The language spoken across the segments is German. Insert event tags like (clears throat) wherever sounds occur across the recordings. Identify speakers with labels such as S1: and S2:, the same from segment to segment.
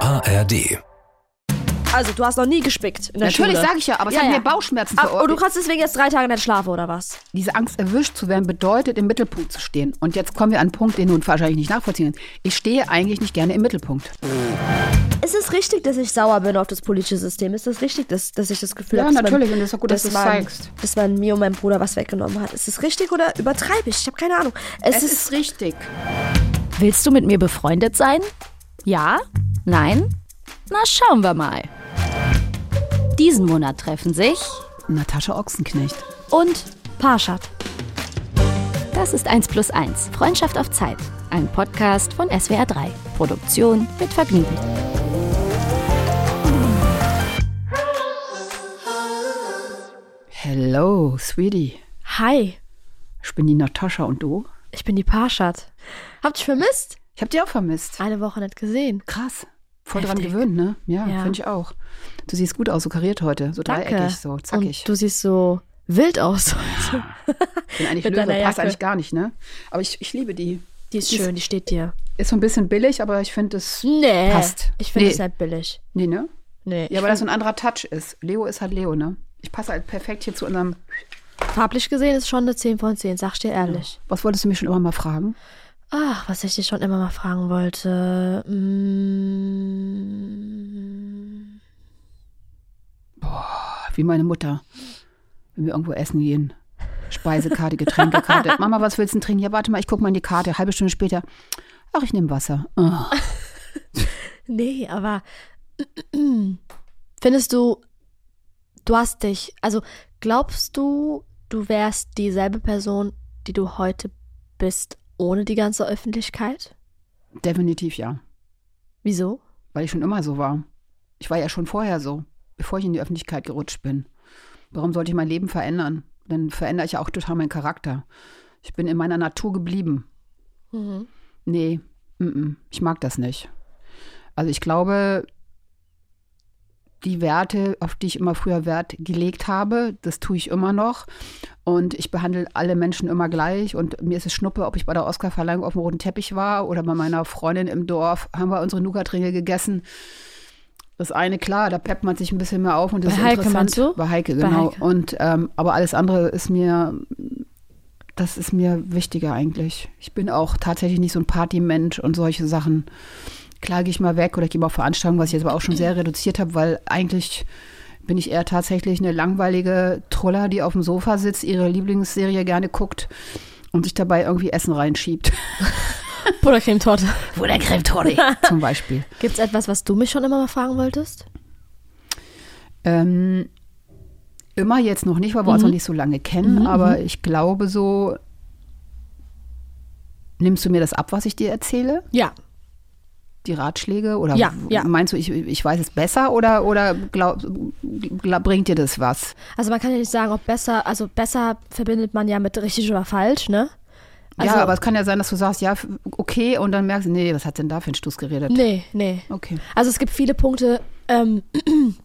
S1: ARD.
S2: Also, du hast noch nie gespickt in der Schule.
S3: Natürlich sage ich ja, aber es
S2: Ja,
S3: hat
S2: ja.
S3: mir Bauchschmerzen
S2: Ab, und du
S3: verursacht.
S2: kannst deswegen jetzt drei Tage nicht schlafen, oder was?
S3: Diese Angst, erwischt zu werden, bedeutet, im Mittelpunkt zu stehen. Und jetzt kommen wir an einen Punkt, den du wahrscheinlich nicht nachvollziehen kannst. Ich stehe eigentlich nicht gerne im Mittelpunkt.
S2: Ist es richtig, dass ich sauer bin auf das politische System? Ist es richtig, dass, dass ich das Gefühl
S3: Ja,
S2: habe, dass man-
S3: natürlich, und das ist auch gut, dass du's
S2: man,
S3: zeigst.
S2: dass man mir und meinem Bruder was weggenommen hat? Ist es richtig oder übertreibe ich? Ich habe keine Ahnung. Es,
S3: Es
S2: ist,
S3: ist richtig.
S4: Willst du mit mir befreundet sein? Ja? Nein? Na, schauen wir mal. Diesen Monat treffen sich
S3: Natascha Ochsenknecht.
S4: und
S2: Parshad.
S4: das ist 1 plus 1, Freundschaft auf Zeit. Ein Podcast von SWR 3. Produktion mit Vergnügen.
S3: Hello, Sweetie.
S2: Hi,
S3: Ich bin die Natascha und du?
S2: ich bin die Parshad. Habt ihr vermisst?
S3: Ich habe dich auch vermisst.
S2: Eine Woche nicht gesehen.
S3: Krass. Voll dran
S2: Heftig.
S3: gewöhnt, ne? Ja,
S2: Ja.
S3: finde ich auch. Du siehst gut aus, so kariert heute. So
S2: Danke.
S3: dreieckig, so zackig.
S2: Und du siehst so wild aus.
S3: Ich bin eigentlich
S2: mit
S3: Löwe,
S2: deiner
S3: passt
S2: Jacke.
S3: eigentlich gar nicht, ne? Aber ich, ich liebe die.
S2: Die ist schön, die steht dir.
S3: Ist so ein bisschen billig, aber ich finde es.
S2: Nee.
S3: Passt.
S2: Ich finde
S3: Nee.
S2: es nicht billig.
S3: Nee, ne?
S2: Nee. ich
S3: Ja, weil das so
S2: find-
S3: ein anderer Touch ist. Leo ist halt Leo, ne? Ich passe halt perfekt hier zu unserem.
S2: farblich gesehen ist schon eine 10 von 10, sag ich dir ehrlich.
S3: Was wolltest du mich schon immer mal fragen?
S2: Ach, was ich dich schon immer mal fragen wollte. Mm.
S3: Wie meine Mutter. Wenn wir irgendwo essen gehen. Speisekarte, (laughs) Getränkekarte. Mama, was willst du denn trinken? Ja, warte mal, ich guck mal in die Karte. Halbe Stunde später. Ach, ich nehme Wasser. Ah.
S2: Nee, aber (clears throat) findest du, du hast dich, also glaubst du, du wärst dieselbe Person, die du heute bist, ohne die ganze Öffentlichkeit?
S3: Definitiv ja.
S2: Wieso?
S3: Weil ich schon immer so war. Ich war ja schon vorher so, bevor ich in die Öffentlichkeit gerutscht bin. Warum sollte ich mein Leben verändern? Dann verändere ich ja auch total meinen Charakter. Ich bin in meiner Natur geblieben.
S2: Mhm.
S3: Nee, mm-mm, ich mag das nicht. Also ich glaube, die Werte, auf die ich immer früher Wert gelegt habe, das tue ich immer noch. Und ich behandle alle Menschen immer gleich. Und mir ist es Schnuppe, ob ich bei der Oscarverleihung auf dem roten Teppich war oder bei meiner Freundin im Dorf, haben wir unsere Nougat-Ringe gegessen. Das eine, klar, da peppt man sich ein bisschen mehr auf und das
S2: Bei
S3: ist
S2: Heike,
S3: interessant.
S2: meinst du?
S3: Bei Heike,
S2: Bei
S3: genau.
S2: Heike.
S3: Und ähm, aber alles andere ist mir das ist mir wichtiger eigentlich. Ich bin auch tatsächlich nicht so ein Partymensch und solche Sachen. Klar gehe ich mal weg oder ich gehe mal auf Veranstaltungen, was ich jetzt aber auch schon sehr reduziert habe, weil eigentlich bin ich eher tatsächlich eine langweilige Troller, die auf dem Sofa sitzt, ihre Lieblingsserie gerne guckt und sich dabei irgendwie Essen reinschiebt. (laughs)
S2: Buttercremetorte. (laughs)
S3: Oder Cremetorte zum Beispiel.
S2: Gibt's etwas, was du mich schon immer mal fragen wolltest?
S3: Ähm, immer jetzt noch nicht, weil wir uns noch nicht so lange kennen, aber ich glaube so, nimmst du mir das ab, was ich dir erzähle?
S2: Ja.
S3: die Ratschläge oder
S2: Ja,
S3: w-
S2: ja.
S3: meinst du, ich, ich weiß es besser oder, oder glaub, glaub, bringt dir das was?
S2: Also man kann ja nicht sagen, ob besser, also besser verbindet man ja mit richtig oder falsch, ne? Also,
S3: ja, aber es kann ja sein, dass du sagst, ja, f- okay, und dann merkst du, nee, was hat denn da für einen Stuss geredet?
S2: Nee, nee.
S3: Okay.
S2: Also es gibt viele Punkte, ähm, (clears throat)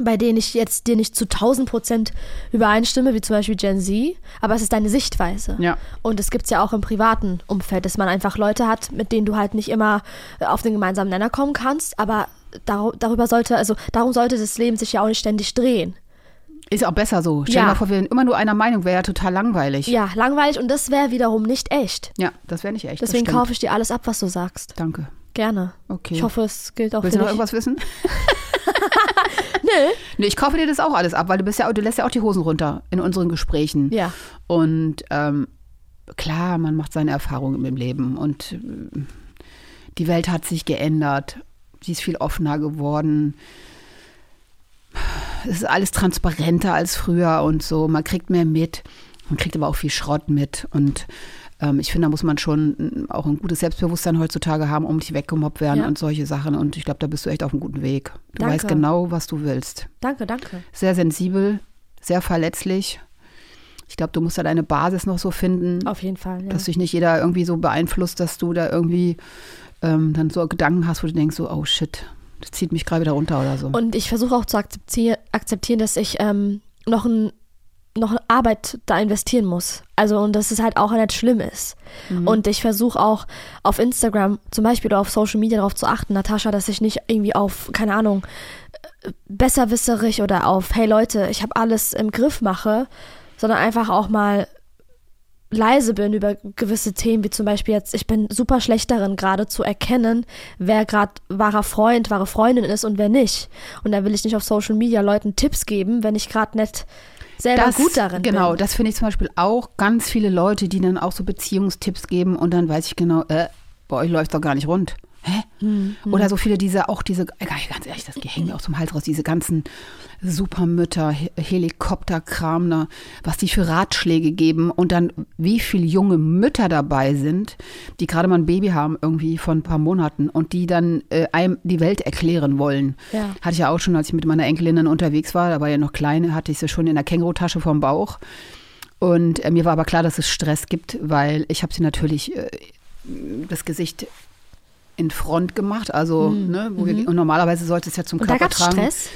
S2: bei denen ich jetzt dir nicht zu 1000 Prozent übereinstimme, wie zum Beispiel Gen Z, aber es ist deine Sichtweise.
S3: Ja.
S2: Und es gibt es ja auch im privaten Umfeld, dass man einfach Leute hat, mit denen du halt nicht immer äh, auf den gemeinsamen Nenner kommen kannst, aber dar darüber sollte, also darum sollte das Leben sich ja auch nicht ständig drehen.
S3: Ist auch besser so. Stell
S2: Ja.
S3: dir mal vor, wir wären immer nur einer Meinung, wäre ja total langweilig.
S2: Ja, langweilig und das wäre wiederum nicht echt.
S3: Ja, das wäre nicht echt.
S2: Deswegen
S3: das stimmt.
S2: kaufe ich dir alles ab, was du sagst.
S3: Danke.
S2: Gerne.
S3: Okay.
S2: Ich hoffe, es gilt auch
S3: Willst du
S2: für
S3: noch
S2: dich. (laughs)
S3: irgendwas wissen? Nee, ich kaufe dir das auch alles ab, weil du bist ja, auch- du lässt ja auch die Hosen runter in unseren Gesprächen.
S2: Ja.
S3: Und ähm, klar, man macht seine Erfahrungen im Leben und äh, die Welt hat sich geändert. Sie ist viel offener geworden. Es ist alles transparenter als früher und so. Man kriegt mehr mit. Man kriegt aber auch viel Schrott mit. Und ähm, ich finde, da muss man schon hm, auch ein gutes Selbstbewusstsein heutzutage haben, um nicht weggemobbt werden
S2: Ja.
S3: und solche Sachen. Und ich glaube, da bist du echt auf einem guten Weg. Du
S2: Danke.
S3: weißt genau, was du willst
S2: Danke, danke.
S3: sehr sensibel, sehr verletzlich. Ich glaube, du musst da deine Basis noch so finden,
S2: Auf jeden Fall. Ja.
S3: dass dich nicht jeder irgendwie so beeinflusst, dass du da irgendwie ähm, dann so Gedanken hast, wo du denkst, so, oh shit, das zieht mich gerade wieder runter oder so.
S2: Und ich versuche auch zu akzeptier akzeptieren, dass ich ähm, noch ein noch Arbeit da investieren muss. Also und dass es halt auch nicht schlimm ist.
S3: Mhm.
S2: Und ich versuche auch auf Instagram zum Beispiel oder auf Social Media darauf zu achten, Natascha, dass ich nicht irgendwie auf, keine Ahnung, äh, besserwisserig oder auf, hey Leute, ich habe alles im Griff mache, sondern einfach auch mal leise bin über gewisse Themen, wie zum Beispiel jetzt, ich bin super schlecht darin, gerade zu erkennen, wer gerade wahrer Freund, wahre Freundin ist und wer nicht. Und da will ich nicht auf Social Media Leuten Tipps geben, wenn ich gerade nicht selber gut darin
S3: genau,
S2: bin.
S3: das finde ich zum Beispiel auch ganz viele Leute, die dann auch so Beziehungstipps geben und dann weiß ich genau, äh, bei euch läuft doch gar nicht rund. Hä? Oder so viele diese, auch diese, äh, ganz ehrlich, das hängt mir aus dem Hals raus, diese ganzen Supermütter, He- Helikopterkram, ne, was die für Ratschläge geben und dann wie viele junge Mütter dabei sind, die gerade mal ein Baby haben irgendwie von ein paar Monaten und die dann äh, einem die Welt erklären wollen.
S2: Ja.
S3: Hatte ich ja auch schon, als ich mit meiner Enkelin dann unterwegs war, da war ja noch kleine, hatte ich sie schon in der Kängurutasche vom Bauch. Und äh, mir war aber klar, dass es Stress gibt, weil ich habe sie natürlich äh, das Gesicht in Front gemacht, also ne, wo wir, und normalerweise sollte es ja zum
S2: Mhm. Und da
S3: Körper
S2: gab's
S3: tragen.
S2: Stress.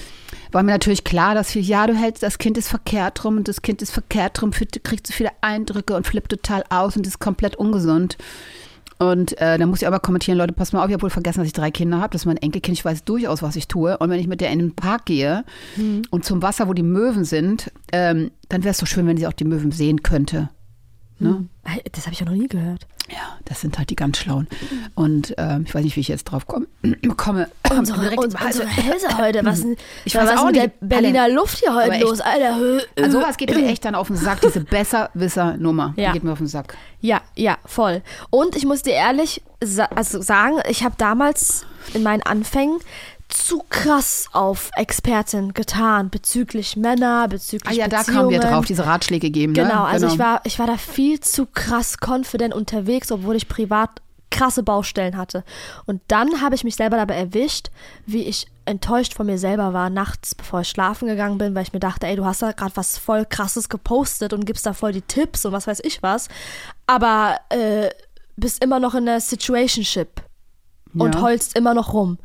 S3: War mir natürlich klar, dass wir, ja, du hältst, das Kind ist verkehrt rum und das Kind ist verkehrt rum, fit- kriegt so viele Eindrücke und flippt total aus und ist komplett ungesund. Und äh, dann muss ich aber kommentieren, Leute, passt mal auf, ich habe wohl vergessen, dass ich drei Kinder habe, das ist mein Enkelkind, ich weiß durchaus, was ich tue. Und wenn ich mit der in den Park gehe
S2: Hm.
S3: und zum Wasser, wo die Möwen sind, ähm, dann wäre es doch schön, wenn sie auch die Möwen sehen könnte. Ne?
S2: Ey, Hm. Das habe ich ja noch nie gehört.
S3: Ja, das sind halt die ganz Schlauen.
S2: Hm.
S3: Und ähm, ich weiß nicht, wie ich jetzt drauf komme. (clears throat) komme
S2: Unsere,
S3: Direkt- Hm.
S2: unsere, unsere Hälse heute, was, denn-
S3: Ich
S2: was
S3: weiß
S2: ist
S3: auch
S2: mit
S3: nicht.
S2: der Berliner Luft hier heute
S3: Aber echt.
S2: los, Alter? Hö,
S3: Also
S2: hö.
S3: sowas geht mir echt dann auf den Sack,
S2: (laughs)
S3: diese Besserwisser-Nummer.
S2: Ja.
S3: Die geht mir auf den Sack.
S2: Ja, ja, voll. Und ich muss dir ehrlich sa also sagen, ich habe damals in meinen Anfängen zu krass auf Expertin getan bezüglich Männer, bezüglich
S3: Ah ja, da
S2: Beziehungen.
S3: kamen wir drauf, diese Ratschläge geben. ne?
S2: Genau, also ich war, ich war da viel zu krass confident unterwegs, obwohl ich privat krasse Baustellen hatte. Und dann habe ich mich selber dabei erwischt, wie ich enttäuscht von mir selber war nachts, bevor ich schlafen gegangen bin, weil ich mir dachte, ey, du hast da gerade was voll krasses gepostet und gibst da voll die Tipps und was weiß ich was, aber äh, bist immer noch in der Situationship und
S3: Ja.
S2: heulst immer noch rum.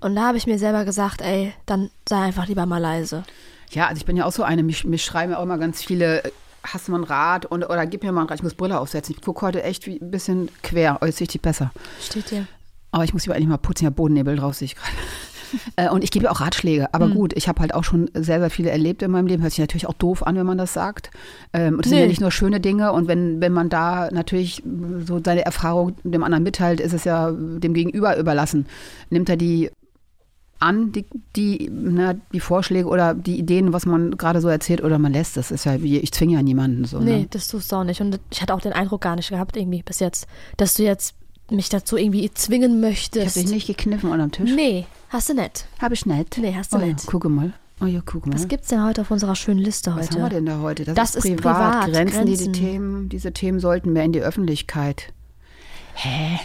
S2: Und da habe ich mir selber gesagt, ey, dann sei einfach lieber mal leise.
S3: Ja, also ich bin ja auch so eine. Mich, mich schreiben ja auch immer ganz viele, äh, hast du mal einen Rat und, oder gib mir mal einen Rat, ich muss Brille aufsetzen. Ich gucke heute echt wie ein bisschen quer, oh, äußerlich besser.
S2: Steht dir?
S3: Aber ich muss überall nicht mal putzen, ja Bodennebel drauf sehe
S2: (laughs)
S3: ich gerade. Äh, Und ich gebe auch Ratschläge,
S2: Mhm.
S3: aber gut, ich habe halt auch schon sehr, sehr viele erlebt in meinem Leben. Hört sich natürlich auch doof an, wenn man das sagt. Ähm, Und das sind
S2: Nee.
S3: ja nicht nur schöne Dinge. Und wenn, wenn man da natürlich so seine Erfahrung dem anderen mitteilt, ist es ja dem Gegenüber überlassen. Nimmt er die an, die, die, na, die Vorschläge oder die Ideen, was man gerade so erzählt, oder man lässt es. Ist ja, wie- ich zwinge ja niemanden so.
S2: Nee,
S3: Ne?
S2: das tust du auch nicht. Und ich hatte auch den Eindruck gar nicht gehabt, irgendwie bis jetzt, dass du jetzt mich dazu irgendwie zwingen
S3: Ich habe
S2: möchtest.
S3: dich nicht gekniffen unterm Tisch.
S2: Nee, hast du nicht.
S3: Habe ich nicht.
S2: Nee, hast du
S3: oh, ja,
S2: nicht.
S3: Guck mal. Oh ja, guck mal.
S2: Was gibt's denn heute auf unserer schönen Liste heute?
S3: Was haben wir denn da heute?
S2: Das ist privat,
S3: Grenzen, Die,
S2: Grenzen.
S3: die Themen, diese Themen sollten mehr in die Öffentlichkeit. Hä?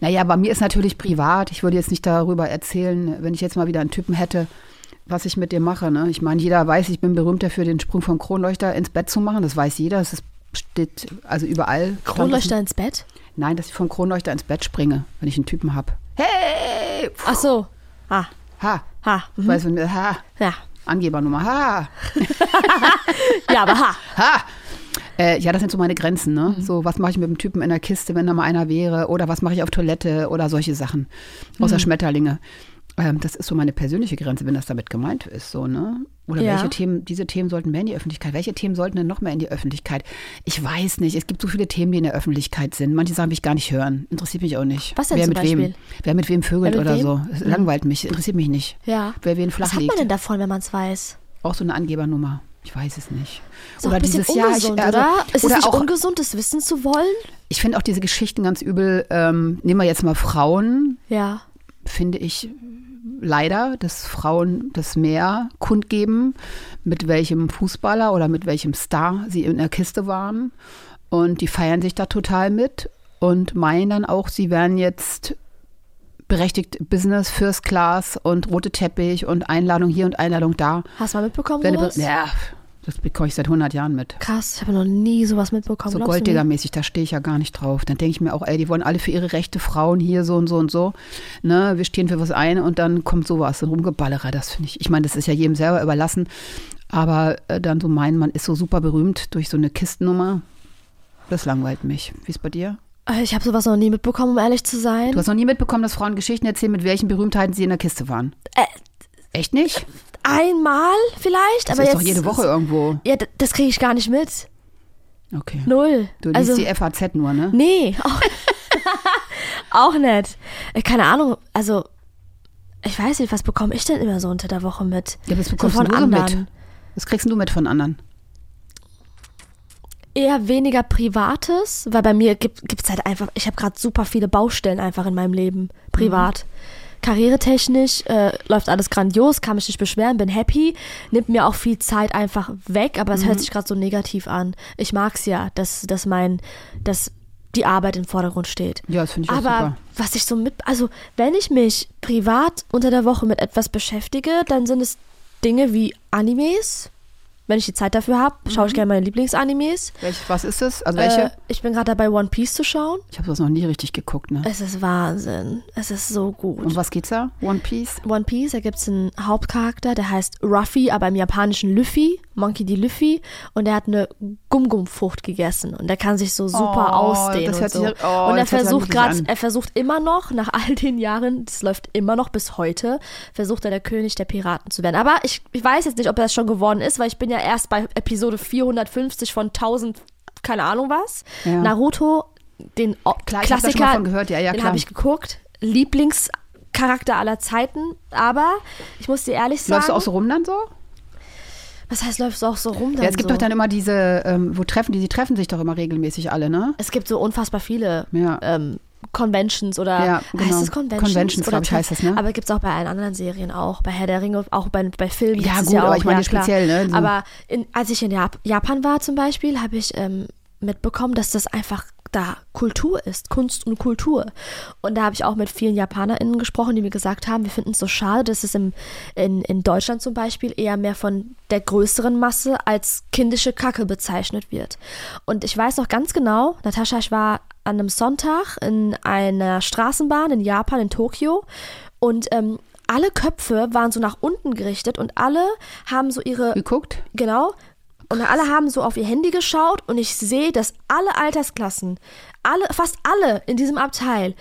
S3: Naja, bei mir ist natürlich privat. Ich würde jetzt nicht darüber erzählen, wenn ich jetzt mal wieder einen Typen hätte, was ich mit dem mache. Ne? Ich meine, jeder weiß, ich bin berühmt dafür, den Sprung vom Kronleuchter ins Bett zu machen. Das weiß jeder. Das ist, steht also überall.
S2: Kronleuchter ins Bett?
S3: Nein, dass ich vom Kronleuchter ins Bett springe, wenn ich einen Typen habe. Hey!
S2: Ach so. Ah,
S3: Ha!
S2: ha.
S3: Ich
S2: Mhm.
S3: weiß, wenn, ha!
S2: Ja.
S3: Angebernummer. Ha!
S2: ja, aber
S3: (laughs)
S2: ha.
S3: Ha! Äh, ja, das sind so meine Grenzen, ne?
S2: Mhm.
S3: So, was mache ich mit dem Typen in der Kiste, wenn da mal einer wäre? Oder was mache ich auf Toilette oder solche Sachen?
S2: Mhm.
S3: Außer Schmetterlinge. Ähm, das ist so meine persönliche Grenze, wenn das damit gemeint ist, so, ne? Oder
S2: Ja.
S3: welche Themen, diese Themen sollten mehr in die Öffentlichkeit? Welche Themen sollten denn noch mehr in die Öffentlichkeit? Ich weiß nicht. Es gibt so viele Themen, die in der Öffentlichkeit sind. Manche Sachen will ich gar nicht hören. Interessiert mich auch nicht.
S2: Was denn
S3: Wer
S2: zum
S3: mit wem?
S2: Beispiel?
S3: Wer mit wem vögelt
S2: Wer mit
S3: oder
S2: wem?
S3: so? Es langweilt mich, interessiert mich nicht.
S2: Ja.
S3: Wer wen flach
S2: Was hat
S3: legt.
S2: man denn davon, wenn man es weiß?
S3: Auch so eine Angebernummer. Ich weiß es nicht.
S2: Ist auch ein bisschen ungesund,
S3: also-
S2: oder? Ist
S3: oder
S2: es nicht
S3: auch,
S2: ungesund, das wissen zu wollen?
S3: ich finde auch diese Geschichten ganz übel. Ähm, nehmen wir jetzt mal Frauen,
S2: Ja.
S3: finde ich leider, dass Frauen das mehr kundgeben, mit welchem Fußballer oder mit welchem Star sie in der Kiste waren. Und die feiern sich da total mit und meinen dann auch, sie wären jetzt berechtigt Business, First Class und rote Teppich und Einladung hier und Einladung da.
S2: Hast du mal mitbekommen
S3: Wenn du,
S2: sowas?
S3: ja, das bekomme ich seit 100 Jahren mit.
S2: Krass, ich habe noch nie sowas mitbekommen.
S3: So
S2: glaubst du mir?
S3: Golddigger-mäßig, da stehe ich ja gar nicht drauf. Dann denke ich mir auch, ey, die wollen alle für ihre Rechte Frauen hier so und so und so. Ne, wir stehen für was ein und dann kommt sowas, so ein Rumgeballere. Das finde ich, ich meine, das ist ja jedem selber überlassen. Aber äh, dann so meinen, man ist so super berühmt durch so eine Kistennummer, das langweilt mich. Wie ist bei dir?
S2: Äh, Ich habe sowas noch nie mitbekommen, um ehrlich zu sein.
S3: Du hast noch nie mitbekommen, dass Frauen Geschichten erzählen, mit welchen Berühmtheiten sie in der Kiste waren.
S2: Äh,
S3: Echt nicht?
S2: Einmal vielleicht,
S3: Das
S2: aber
S3: ist
S2: jetzt
S3: doch jede Woche irgendwo.
S2: Ja, d- das kriege ich gar nicht mit.
S3: Okay.
S2: Null.
S3: Du liest
S2: also
S3: die FAZ nur, ne?
S2: nee, (laughs) auch, auch nicht. Äh, Keine Ahnung. Also ich weiß nicht, was bekomme ich denn immer so unter der Woche mit?
S3: Ja, aber das bekommst
S2: so von
S3: du nur
S2: anderen.
S3: mit. Das kriegst du mit von anderen.
S2: eher weniger Privates, weil bei mir gibt es halt einfach, ich habe gerade super viele Baustellen einfach in meinem Leben, privat.
S3: Mhm.
S2: Karrieretechnisch äh, läuft alles grandios, kann mich nicht beschweren, bin happy, nimmt mir auch viel Zeit einfach weg, aber es
S3: Mhm.
S2: hört sich gerade so negativ an. Ich mag's ja, dass, dass mein, dass die Arbeit im Vordergrund steht.
S3: Ja, das finde ich auch
S2: Aber
S3: super.
S2: was ich so mit, also wenn ich mich privat unter der Woche mit etwas beschäftige, dann sind es Dinge wie Animes. Wenn ich die Zeit dafür habe,
S3: Mhm.
S2: schaue ich gerne meine Lieblingsanimes.
S3: Welch, was ist es? Also welche?
S2: Äh, ich bin gerade dabei, One Piece zu schauen.
S3: ich habe das noch nie richtig geguckt, ne?
S2: Es ist Wahnsinn. Es ist so gut.
S3: Um was geht's da? One Piece?
S2: One Piece, da gibt es einen Hauptcharakter, der heißt Ruffy, aber im japanischen Luffy, Monkey D. Luffy, und der hat eine Gum-Gum-Frucht gegessen und der kann sich so super
S3: Oh,
S2: ausdehnen
S3: das
S2: und
S3: hört
S2: so.
S3: sich- oh,
S2: und er
S3: das hört sich
S2: versucht
S3: wirklich
S2: gerade,
S3: an.
S2: er versucht immer noch, nach all den Jahren, das läuft immer noch bis heute, versucht er der König der Piraten zu werden. Aber ich, ich weiß jetzt nicht, ob er das schon geworden ist, weil ich bin ja erst bei Episode 450 von 1000, keine Ahnung was.
S3: Ja.
S2: Naruto, den o
S3: Klar, ich hab da
S2: Klassiker,
S3: schon mal von gehört, ja, ja,
S2: den
S3: klar.
S2: habe ich geguckt. Lieblingscharakter aller Zeiten, aber ich muss dir ehrlich sagen,
S3: Läufst du auch so rum dann so?
S2: was heißt, läufst du auch so rum? Dann
S3: Ja, es gibt
S2: so?
S3: doch dann immer diese, ähm, wo treffen die, die treffen sich doch immer regelmäßig alle, ne?
S2: es gibt so unfassbar viele
S3: Ja.
S2: ähm, Conventions oder
S3: Ja, genau.
S2: heißt es Conventions?
S3: Conventions,
S2: oder
S3: glaub ich, heißt es, ne?
S2: Aber gibt es auch bei allen anderen Serien auch, bei Herr der Ringe, auch bei, bei Filmen.
S3: Ja,
S2: gibt's es
S3: gut,
S2: ja auch,
S3: aber ich meine
S2: ja, klar.
S3: speziell, ne? So.
S2: Aber in, als ich in Jap Japan war zum Beispiel, habe ich ähm, mitbekommen, dass das einfach da Kultur ist, Kunst und Kultur. Und da habe ich auch mit vielen JapanerInnen gesprochen, die mir gesagt haben, wir finden es so schade, dass es im, in, in Deutschland zum Beispiel eher mehr von der größeren Masse als kindische Kacke bezeichnet wird. Und ich weiß noch ganz genau, Natascha, ich war an einem Sonntag in einer Straßenbahn in Japan, in Tokio und ähm, alle Köpfe waren so nach unten gerichtet und alle haben so ihre
S3: Geguckt?
S2: Genau. Und alle haben so auf ihr Handy geschaut und ich sehe, dass alle Altersklassen, alle, fast alle in diesem Abteil,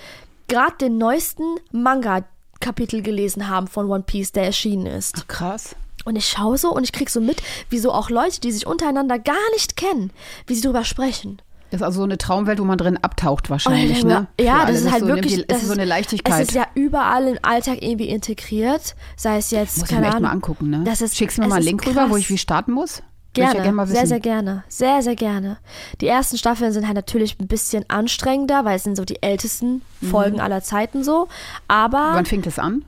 S2: gerade den neuesten Manga-Kapitel gelesen haben von One Piece, der erschienen ist.
S3: Krass.
S2: Und ich schaue so und ich krieg so mit, wie so auch Leute, die sich untereinander gar nicht kennen, wie sie drüber sprechen.
S3: Das ist also so eine Traumwelt, wo man drin abtaucht
S2: Und ich
S3: wahrscheinlich,
S2: denke mir,
S3: ne? Für
S2: Ja,
S3: alle.
S2: das ist halt
S3: so
S2: wirklich.
S3: Eine,
S2: das
S3: das ist so eine Leichtigkeit.
S2: Es ist ja überall im Alltag irgendwie integriert. Sei es jetzt,
S3: muss ich
S2: keine
S3: mir echt
S2: Ahnung.
S3: mal angucken, ne?
S2: Das ist,
S3: Schickst du mir
S2: es
S3: mal einen
S2: ist
S3: Link rüber, wo
S2: krass.
S3: ich wie starten muss? Will
S2: Gerne,
S3: Ich ja gerne mal wissen.
S2: sehr, sehr gerne. Sehr, sehr gerne. Die ersten Staffeln sind halt natürlich ein bisschen anstrengender, weil es sind so die ältesten Folgen aller Zeiten so. Aber,
S3: Mhm. Wann fängt das an?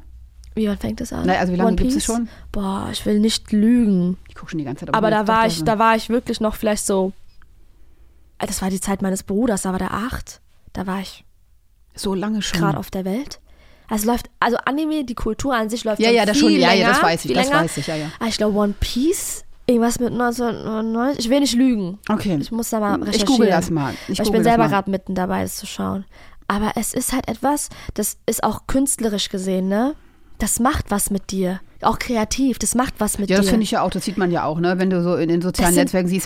S2: wie wann fängt das an?
S3: Na, also wie lange
S2: One
S3: gibt's
S2: Piece?
S3: es schon?
S2: Boah, ich will nicht lügen.
S3: Ich ne? gucke schon die ganze Zeit.
S2: Aber da
S3: jetzt also
S2: war
S3: doch
S2: ich,
S3: da.
S2: da war ich wirklich noch vielleicht so, das war die Zeit meines Bruders, da war der acht. Da war ich
S3: So lange schon.
S2: gerade auf der Welt. Also läuft, also Anime, die Kultur an sich läuft
S3: Ja,
S2: schon
S3: ja, das
S2: viel
S3: schon. Ja,
S2: länger,
S3: ja, das weiß ich,
S2: viel
S3: das
S2: länger.
S3: weiß ich, ja, ja.
S2: Aber ich glaube One Piece, irgendwas mit 1999, ich will nicht lügen.
S3: Okay.
S2: Ich muss da mal recherchieren.
S3: Ich google das mal.
S2: Ich,
S3: Ich
S2: ich
S3: google
S2: bin
S3: das
S2: selber
S3: mal.
S2: gerade mitten dabei, das zu schauen. Aber es ist halt etwas, das ist auch künstlerisch gesehen, ne? Das macht was mit dir. Auch kreativ, das macht was mit
S3: Ja,
S2: dir.
S3: das finde ich ja auch, das sieht man ja auch, ne? Wenn du so in den sozialen
S2: sind-
S3: also Oh,
S2: ähm, äh,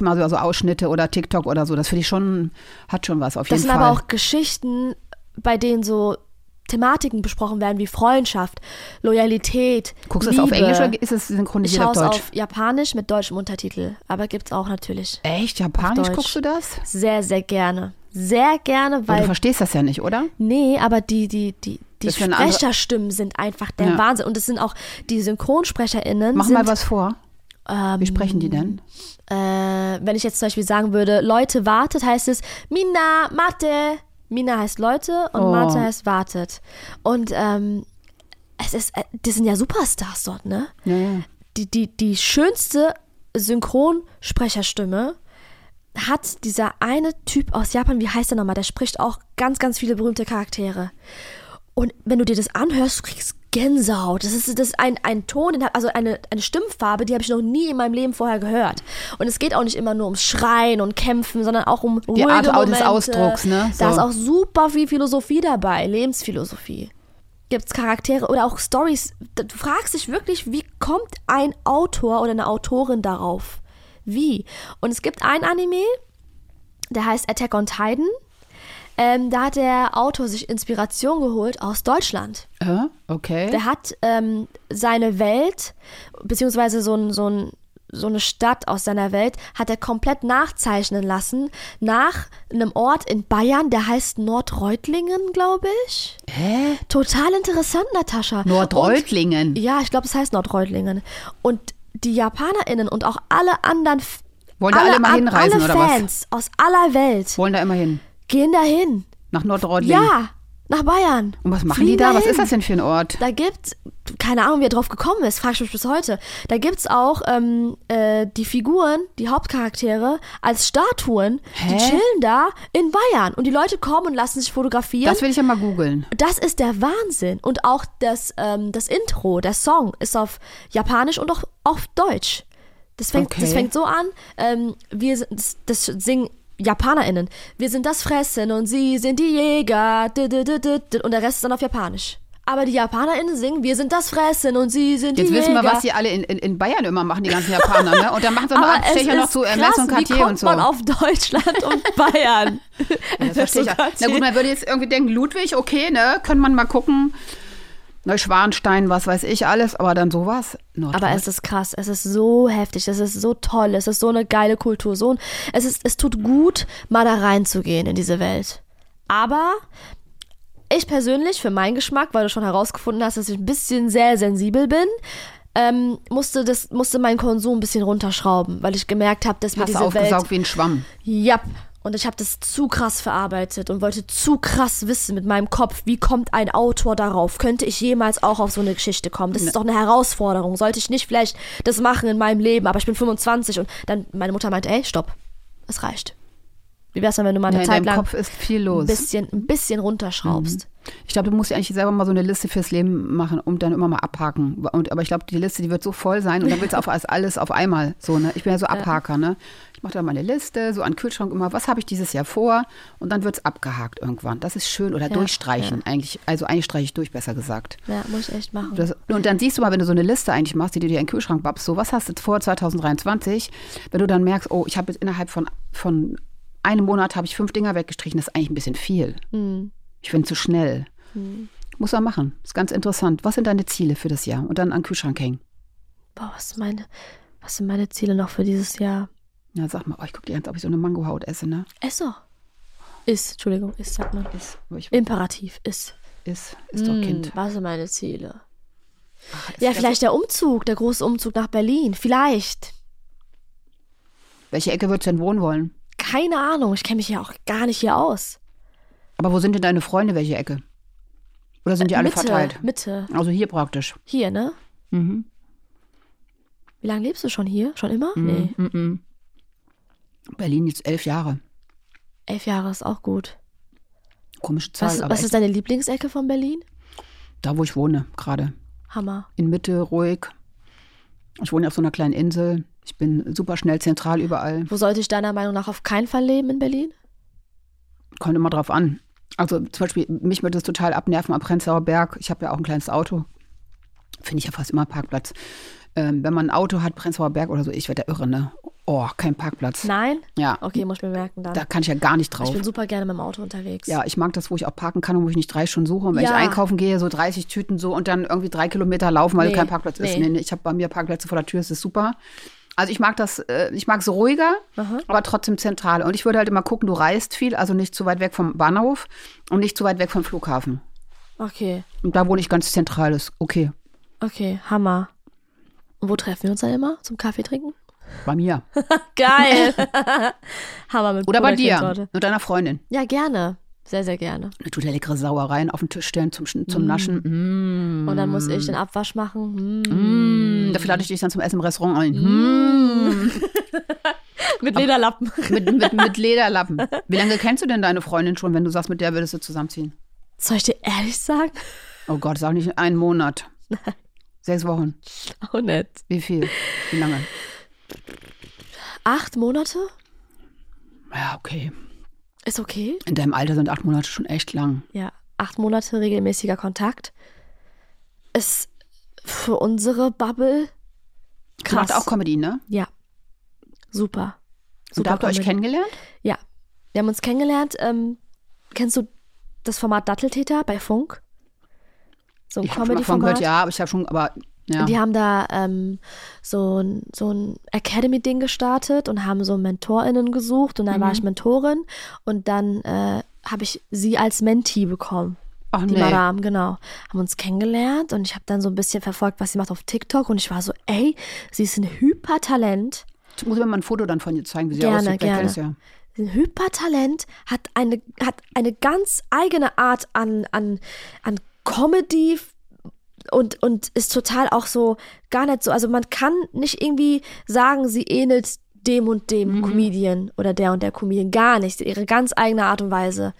S2: ähm, äh, ne? Mm. also um gibt es Charaktere oder auch Stories. Du fragst dich wirklich, wie kommt ein Autor oder eine Autorin darauf? Wie? Und es gibt ein Anime, der heißt Attack on Titan. Ähm, da hat der Autor sich Inspiration geholt aus Deutschland.
S3: Äh, okay.
S2: Der hat ähm, seine Welt, beziehungsweise so, ein, so, ein, so eine Stadt aus seiner Welt, hat er komplett nachzeichnen lassen nach einem Ort in Bayern, der heißt Nordreutlingen, glaube ich.
S3: Hä?
S2: Total interessant, Natascha.
S3: Nordreutlingen.
S2: Und, ja, ich glaube, es heißt Nordreutlingen. Und die JapanerInnen und auch alle anderen F-
S3: Wollen da alle mal
S2: an-
S3: hinreisen
S2: alle
S3: oder was?
S2: Fans aus aller Welt
S3: Wollen da immer hin.
S2: gehen dahin.
S3: Nach Nordreutlingen.
S2: Ja, nach Bayern.
S3: Und was machen
S2: Fliegen
S3: die da? Was
S2: dahin.
S3: ist das denn für ein Ort?
S2: Da gibt's, keine Ahnung, wie er drauf gekommen ist, frag ich mich bis heute. Da gibt's auch ähm, äh, die Figuren, die Hauptcharaktere, als Statuen,
S3: Hä?
S2: die chillen da in Bayern. Und die Leute kommen und lassen sich fotografieren.
S3: Das will ich ja mal googeln.
S2: Das ist der Wahnsinn. Und auch das, ähm, das Intro, der Song ist auf Japanisch und auch auf Deutsch. Das fängt,
S3: Okay.
S2: das fängt so an, ähm, wir sind, das, das singen JapanerInnen. Wir sind das Fressen und sie sind die Jäger. Di, di, di, di, di. Und der Rest ist dann auf Japanisch. Aber die JapanerInnen singen, wir sind das Fressen und sie sind
S3: Jetzt
S2: die
S3: wissen
S2: Jäger.
S3: wir, was die alle in, in, in Bayern immer machen, die ganzen Japaner. Ne? Und dann machen sie noch
S2: Aber
S3: Abstecher
S2: es
S3: noch
S2: ist
S3: zu MS
S2: krass,
S3: und
S2: wie
S3: Cartier
S2: kommt
S3: und so.
S2: man auf Deutschland
S3: (laughs)
S2: und Bayern?
S3: das verstehe ich. ja.
S2: (laughs)
S3: Na gut, man würde jetzt irgendwie denken, Ludwig, okay, ne, könnte man mal gucken. Neuschwanstein, was weiß ich alles, aber dann sowas. Nordrhein-
S2: Aber es ist krass, es ist so heftig, es ist so toll, es ist so eine geile Kultur, so ein, es ist, es tut gut, mal da reinzugehen in diese Welt. Aber ich persönlich, für meinen Geschmack, weil du schon herausgefunden hast, dass ich ein bisschen sehr sensibel bin, ähm, musste das, musste meinen Konsum ein bisschen runterschrauben, weil ich gemerkt habe, dass mir
S3: hast du
S2: diese Welt
S3: aufgesaugt wie ein Schwamm.
S2: ja. Und ich habe das zu krass verarbeitet und wollte zu krass wissen mit meinem Kopf, wie kommt ein Autor darauf? Könnte ich jemals auch auf so eine Geschichte kommen?
S3: Ne.
S2: Das ist doch eine Herausforderung. Sollte ich nicht vielleicht das machen in meinem Leben? Aber ich bin 25 und dann meine Mutter meinte, ey, stopp, es reicht. Wie wär's denn, wenn du mal eine
S3: Ja, in
S2: Zeit
S3: deinem
S2: lang
S3: Kopf ist Mhm. viel
S2: ein
S3: los.
S2: bisschen, ein bisschen runterschraubst?
S3: Ich glaube, du musst dir eigentlich selber mal so eine Liste fürs Leben machen und dann immer mal abhaken. Und, aber ich glaube, die Liste, die wird so voll sein und dann willst du auf alles- alles auf einmal. So, ne? Ich bin ja so Abhaker, ne? Ich mache da mal eine Liste, so an den Kühlschrank immer, was habe ich dieses Jahr vor? Und dann wird es abgehakt irgendwann. Das ist schön. Oder durchstreichen eigentlich. Also eigentlich streiche ich durch, besser gesagt.
S2: Ja, muss ich echt machen.
S3: Das, und dann siehst du mal, wenn du so eine Liste eigentlich machst, die du dir in den Kühlschrank babst, so was hast du vor 2023, wenn du dann merkst, oh, ich habe jetzt innerhalb von, von einem Monat habe ich fünf Dinger weggestrichen, das ist eigentlich ein bisschen viel.
S2: Mhm.
S3: Ich bin zu schnell.
S2: Hm.
S3: Muss man machen. Ist ganz interessant. Was sind deine Ziele für das Jahr? Und dann an den Kühlschrank hängen.
S2: Boah, was, meine, was sind meine Ziele noch für dieses Jahr?
S3: Ja, sag mal, oh, ich gucke dir an, ob ich so eine Mangohaut esse, ne?
S2: Ist so. Ist, Entschuldigung, ist, sagt man.
S3: Ist, ich,
S2: Imperativ, ist.
S3: ist, ist doch
S2: Mm,
S3: Kind.
S2: Was sind meine Ziele? ja, vielleicht der Umzug, der große Umzug nach Berlin. Vielleicht.
S3: Welche Ecke würdest du denn wohnen wollen?
S2: Keine Ahnung. Ich kenne mich ja auch gar nicht hier aus.
S3: Aber wo sind denn deine Freunde? Welche Ecke? Oder sind die alle
S2: Äh, Mitte,
S3: verteilt?
S2: Mitte.
S3: Also hier praktisch.
S2: Hier, ne?
S3: Mhm.
S2: Wie lange lebst du schon hier? Schon immer? Nee.
S3: Mhm. Berlin jetzt elf Jahre.
S2: Elf Jahre ist auch gut.
S3: Komische Zahl,
S2: Was,
S3: aber
S2: was
S3: echt.
S2: ist deine Lieblingsecke von Berlin?
S3: da, wo ich wohne gerade.
S2: Hammer.
S3: In Mitte, ruhig. Ich wohne auf so einer kleinen Insel. Ich bin super schnell zentral überall.
S2: Wo sollte ich deiner Meinung nach auf keinen Fall leben in Berlin?
S3: Kommt immer drauf an. Also zum Beispiel, mich würde es total abnerven am Prenzlauer Berg. Ich habe ja auch ein kleines Auto. Finde ich ja fast immer Parkplatz. Ähm, wenn man ein Auto hat, Prenzlauer Berg oder so, ich werde da irre, ne? Oh, kein Parkplatz.
S2: Nein?
S3: Ja,
S2: Okay, muss ich mir merken dann.
S3: da kann ich ja gar nicht
S2: ich
S3: drauf.
S2: bin super gerne mit dem Auto unterwegs.
S3: Ja, ich mag das, wo ich auch parken kann und wo ich nicht drei Stunden suche. Und wenn
S2: Ja.
S3: ich einkaufen gehe, so 30 Tüten so und dann irgendwie drei Kilometer laufen, weil
S2: Nee,
S3: kein Parkplatz ist.
S2: nee.
S3: Nee, nee, ich habe bei mir Parkplätze vor der Tür, es ist super. Also ich mag das, äh, ich mag es ruhiger, aber trotzdem zentral. Und ich würde halt immer gucken, du reist viel, also nicht zu weit weg vom Bahnhof und nicht zu weit weg vom Flughafen.
S2: Okay,
S3: Und da wohne ich ganz zentral, ist okay.
S2: okay, Hammer. Und wo treffen wir uns dann immer? Zum Kaffee trinken? (laughs)
S3: Bei mir. (laughs)
S2: Geil. (laughs) Hammer mit
S3: Oder bei dir
S2: Bruderkindtorte.
S3: und deiner Freundin.
S2: Ja, gerne. Sehr, sehr gerne.
S3: Du tut ja leckere Sauereien auf den Tisch stellen zum, Schn-
S2: Mm.
S3: zum Naschen.
S2: Und dann muss ich den Abwasch machen. Mm.
S3: Mm. Dafür lade ich dich dann zum Essen im Restaurant ein.
S2: Mit Lederlappen. (laughs)
S3: Mit, mit, mit Lederlappen. Wie lange kennst du denn deine Freundin schon, wenn du sagst, mit der würdest du zusammenziehen?
S2: Soll ich dir ehrlich sagen? (laughs)
S3: Oh Gott, sag nicht einen Monat. Sechs Wochen.
S2: Auch nicht.
S3: Wie viel? Wie lange?
S2: Acht Monate?
S3: Ja, okay.
S2: Ist okay.
S3: In deinem Alter sind acht Monate schon echt lang.
S2: Ja. Acht Monate regelmäßiger Kontakt. ist für unsere Bubble
S3: Du
S2: krass.
S3: machst auch Comedy, ne?
S2: ja. Super.
S3: Und da habt ihr euch
S2: Comedy.
S3: kennengelernt?
S2: Ja. Wir haben uns kennengelernt. Ähm, kennst du das Format Datteltäter bei Funk? So ein
S3: Ich habe schon mal von
S2: Comedy-Format.
S3: gehört, ja, aber ich habe schon, aber ja.
S2: Die haben da ähm, so ein, so ein Academy-Ding gestartet und haben so MentorInnen gesucht und dann
S3: Mhm.
S2: war ich Mentorin und dann äh, habe ich sie als Mentee bekommen.
S3: Ach
S2: Die
S3: nee.
S2: Madame, genau. Haben uns kennengelernt und ich habe dann so ein bisschen verfolgt, was sie macht auf TikTok und ich war so, ey, sie ist ein Hypertalent.
S3: Ich muss mir mal ein Foto dann von ihr zeigen, wie sie
S2: Gerne,
S3: aussieht. Vielleicht
S2: gerne.
S3: kennst du ja.
S2: ein Hypertalent, hat eine, hat eine ganz eigene Art an, an, an Comedy und, und ist total auch so gar nicht so. Also man kann nicht irgendwie sagen, sie ähnelt dem und dem Comedian oder der und der Comedian. Gar nicht. Ihre ganz eigene Art und Weise.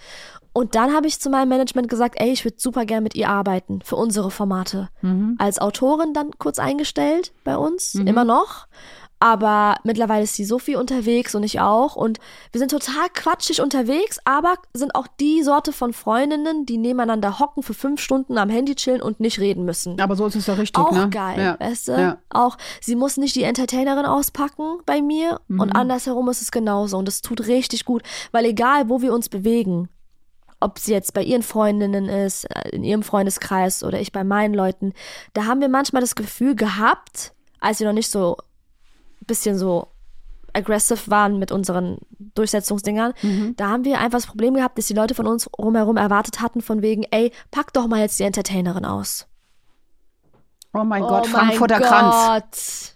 S2: Und dann habe ich zu meinem Management gesagt, ey, ich würde super gern mit ihr arbeiten für unsere Formate. Als Autorin dann kurz eingestellt bei uns, immer noch. Aber mittlerweile ist die Sophie unterwegs und ich auch. Und wir sind total quatschig unterwegs, aber sind auch die Sorte von Freundinnen, die nebeneinander hocken, für fünf Stunden am Handy chillen und nicht reden müssen.
S3: Aber so ist es doch richtig,
S2: Auch
S3: ne?
S2: geil,
S3: ja.
S2: weißt du?
S3: Ja.
S2: Auch, sie muss nicht die Entertainerin auspacken bei mir und andersherum ist es genauso und das tut richtig gut, weil egal, wo wir uns bewegen, ob sie jetzt bei ihren Freundinnen ist, äh, in ihrem Freundeskreis oder ich bei meinen Leuten, da haben wir manchmal das Gefühl gehabt, als wir noch nicht so ein bisschen so aggressive waren mit unseren Durchsetzungsdingern,
S3: Mhm.
S2: da haben wir einfach das Problem gehabt, dass die Leute von uns rumherum erwartet hatten von wegen, ey, pack doch mal jetzt die Entertainerin aus.
S3: Oh mein
S2: Oh
S3: Gott,
S2: mein
S3: Frankfurter
S2: Gott.
S3: Kranz.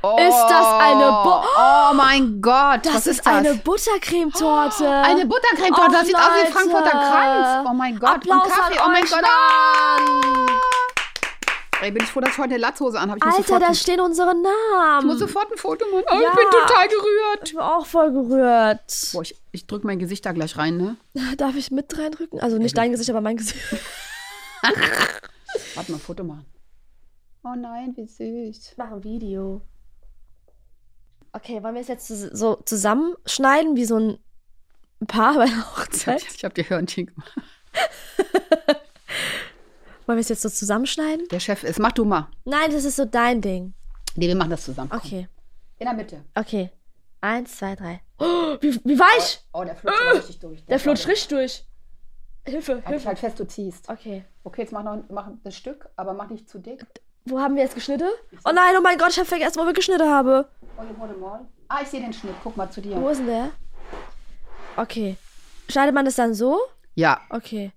S2: Oh, ist das eine, Bu
S3: Oh mein Gott,
S2: das
S3: was
S2: ist
S3: ist das? Oh,
S2: eine Buttercremetorte.
S3: Eine Buttercreme-Torte, das sieht aus wie
S2: Leute.
S3: Frankfurter Kranz. Oh mein Gott,
S2: Applaus
S3: und Kaffee,
S2: an
S3: oh mein
S2: euch.
S3: Gott. Ey, bin ich froh, dass ich heute eine Latzhose anhabe. Ich muss
S2: Alter,
S3: sofort,
S2: da stehen unsere Namen.
S3: ich muss sofort ein Foto machen. Oh,
S2: Ja.
S3: Ich bin total gerührt.
S2: ich bin auch voll gerührt.
S3: Boah, ich, ich drück mein Gesicht da gleich rein, ne?
S2: Darf ich mit reindrücken? Also nicht dein Gesicht, aber mein Gesicht.
S3: Warte mal, Foto machen. Oh nein, wie süß.
S2: Ich mache ein Video. Okay, wollen wir es jetzt zus- so zusammenschneiden wie so ein Paar bei der
S3: Ich hab,
S2: Hochzeit?
S3: ich hab dir Hörnchen gemacht.
S2: Wollen wir es jetzt so zusammenschneiden?
S3: Der Chef ist, mach du mal.
S2: Nein, das ist so dein Ding.
S3: Nee, wir machen das zusammen.
S2: Okay,
S3: In der Mitte.
S2: okay. Eins, zwei, drei. (gasps) Oh, wie, wie weich!
S3: Oh, der flutscht aber richtig durch.
S2: Der flutscht richtig durch. Hilfe,
S3: Halt dich
S2: Hilfe.
S3: halt fest, du ziehst.
S2: Okay.
S3: Okay, jetzt mach noch mach das Stück, aber mach nicht zu dick.
S2: Wo haben wir jetzt geschnitten? Oh nein, oh mein Gott, ich habe vergessen, wo wir geschnitten haben.
S3: Olle, olle, moll. Ah, ich sehe den Schnitt. Guck mal zu
S2: Wo
S3: dir.
S2: ist denn der? Okay. Schneidet man das dann so?
S3: Ja.
S2: Okay.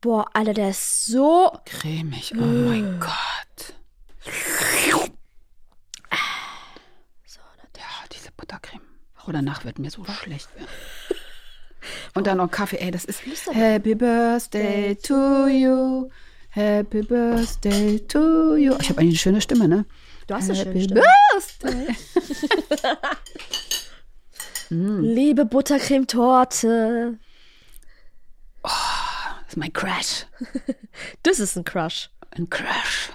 S2: Boah, Alter, der ist so
S3: Cremig. Oh
S2: Äh.
S3: mein Gott. Ja, diese Buttercreme. Auch danach wird mir so schlecht
S2: (laughs)
S3: werden. Und dann noch Kaffee. Ey, das ist. Happy Birthday to you. Happy Birthday to you. Ich habe eine schöne Stimme, ne?
S2: Du hast eine schöne
S3: Happy
S2: Stimme.
S3: Birthday.
S2: Liebe Buttercremetorte.
S3: Das ist mein Crash.
S2: Das ist ein Crush.
S3: Ein Crash.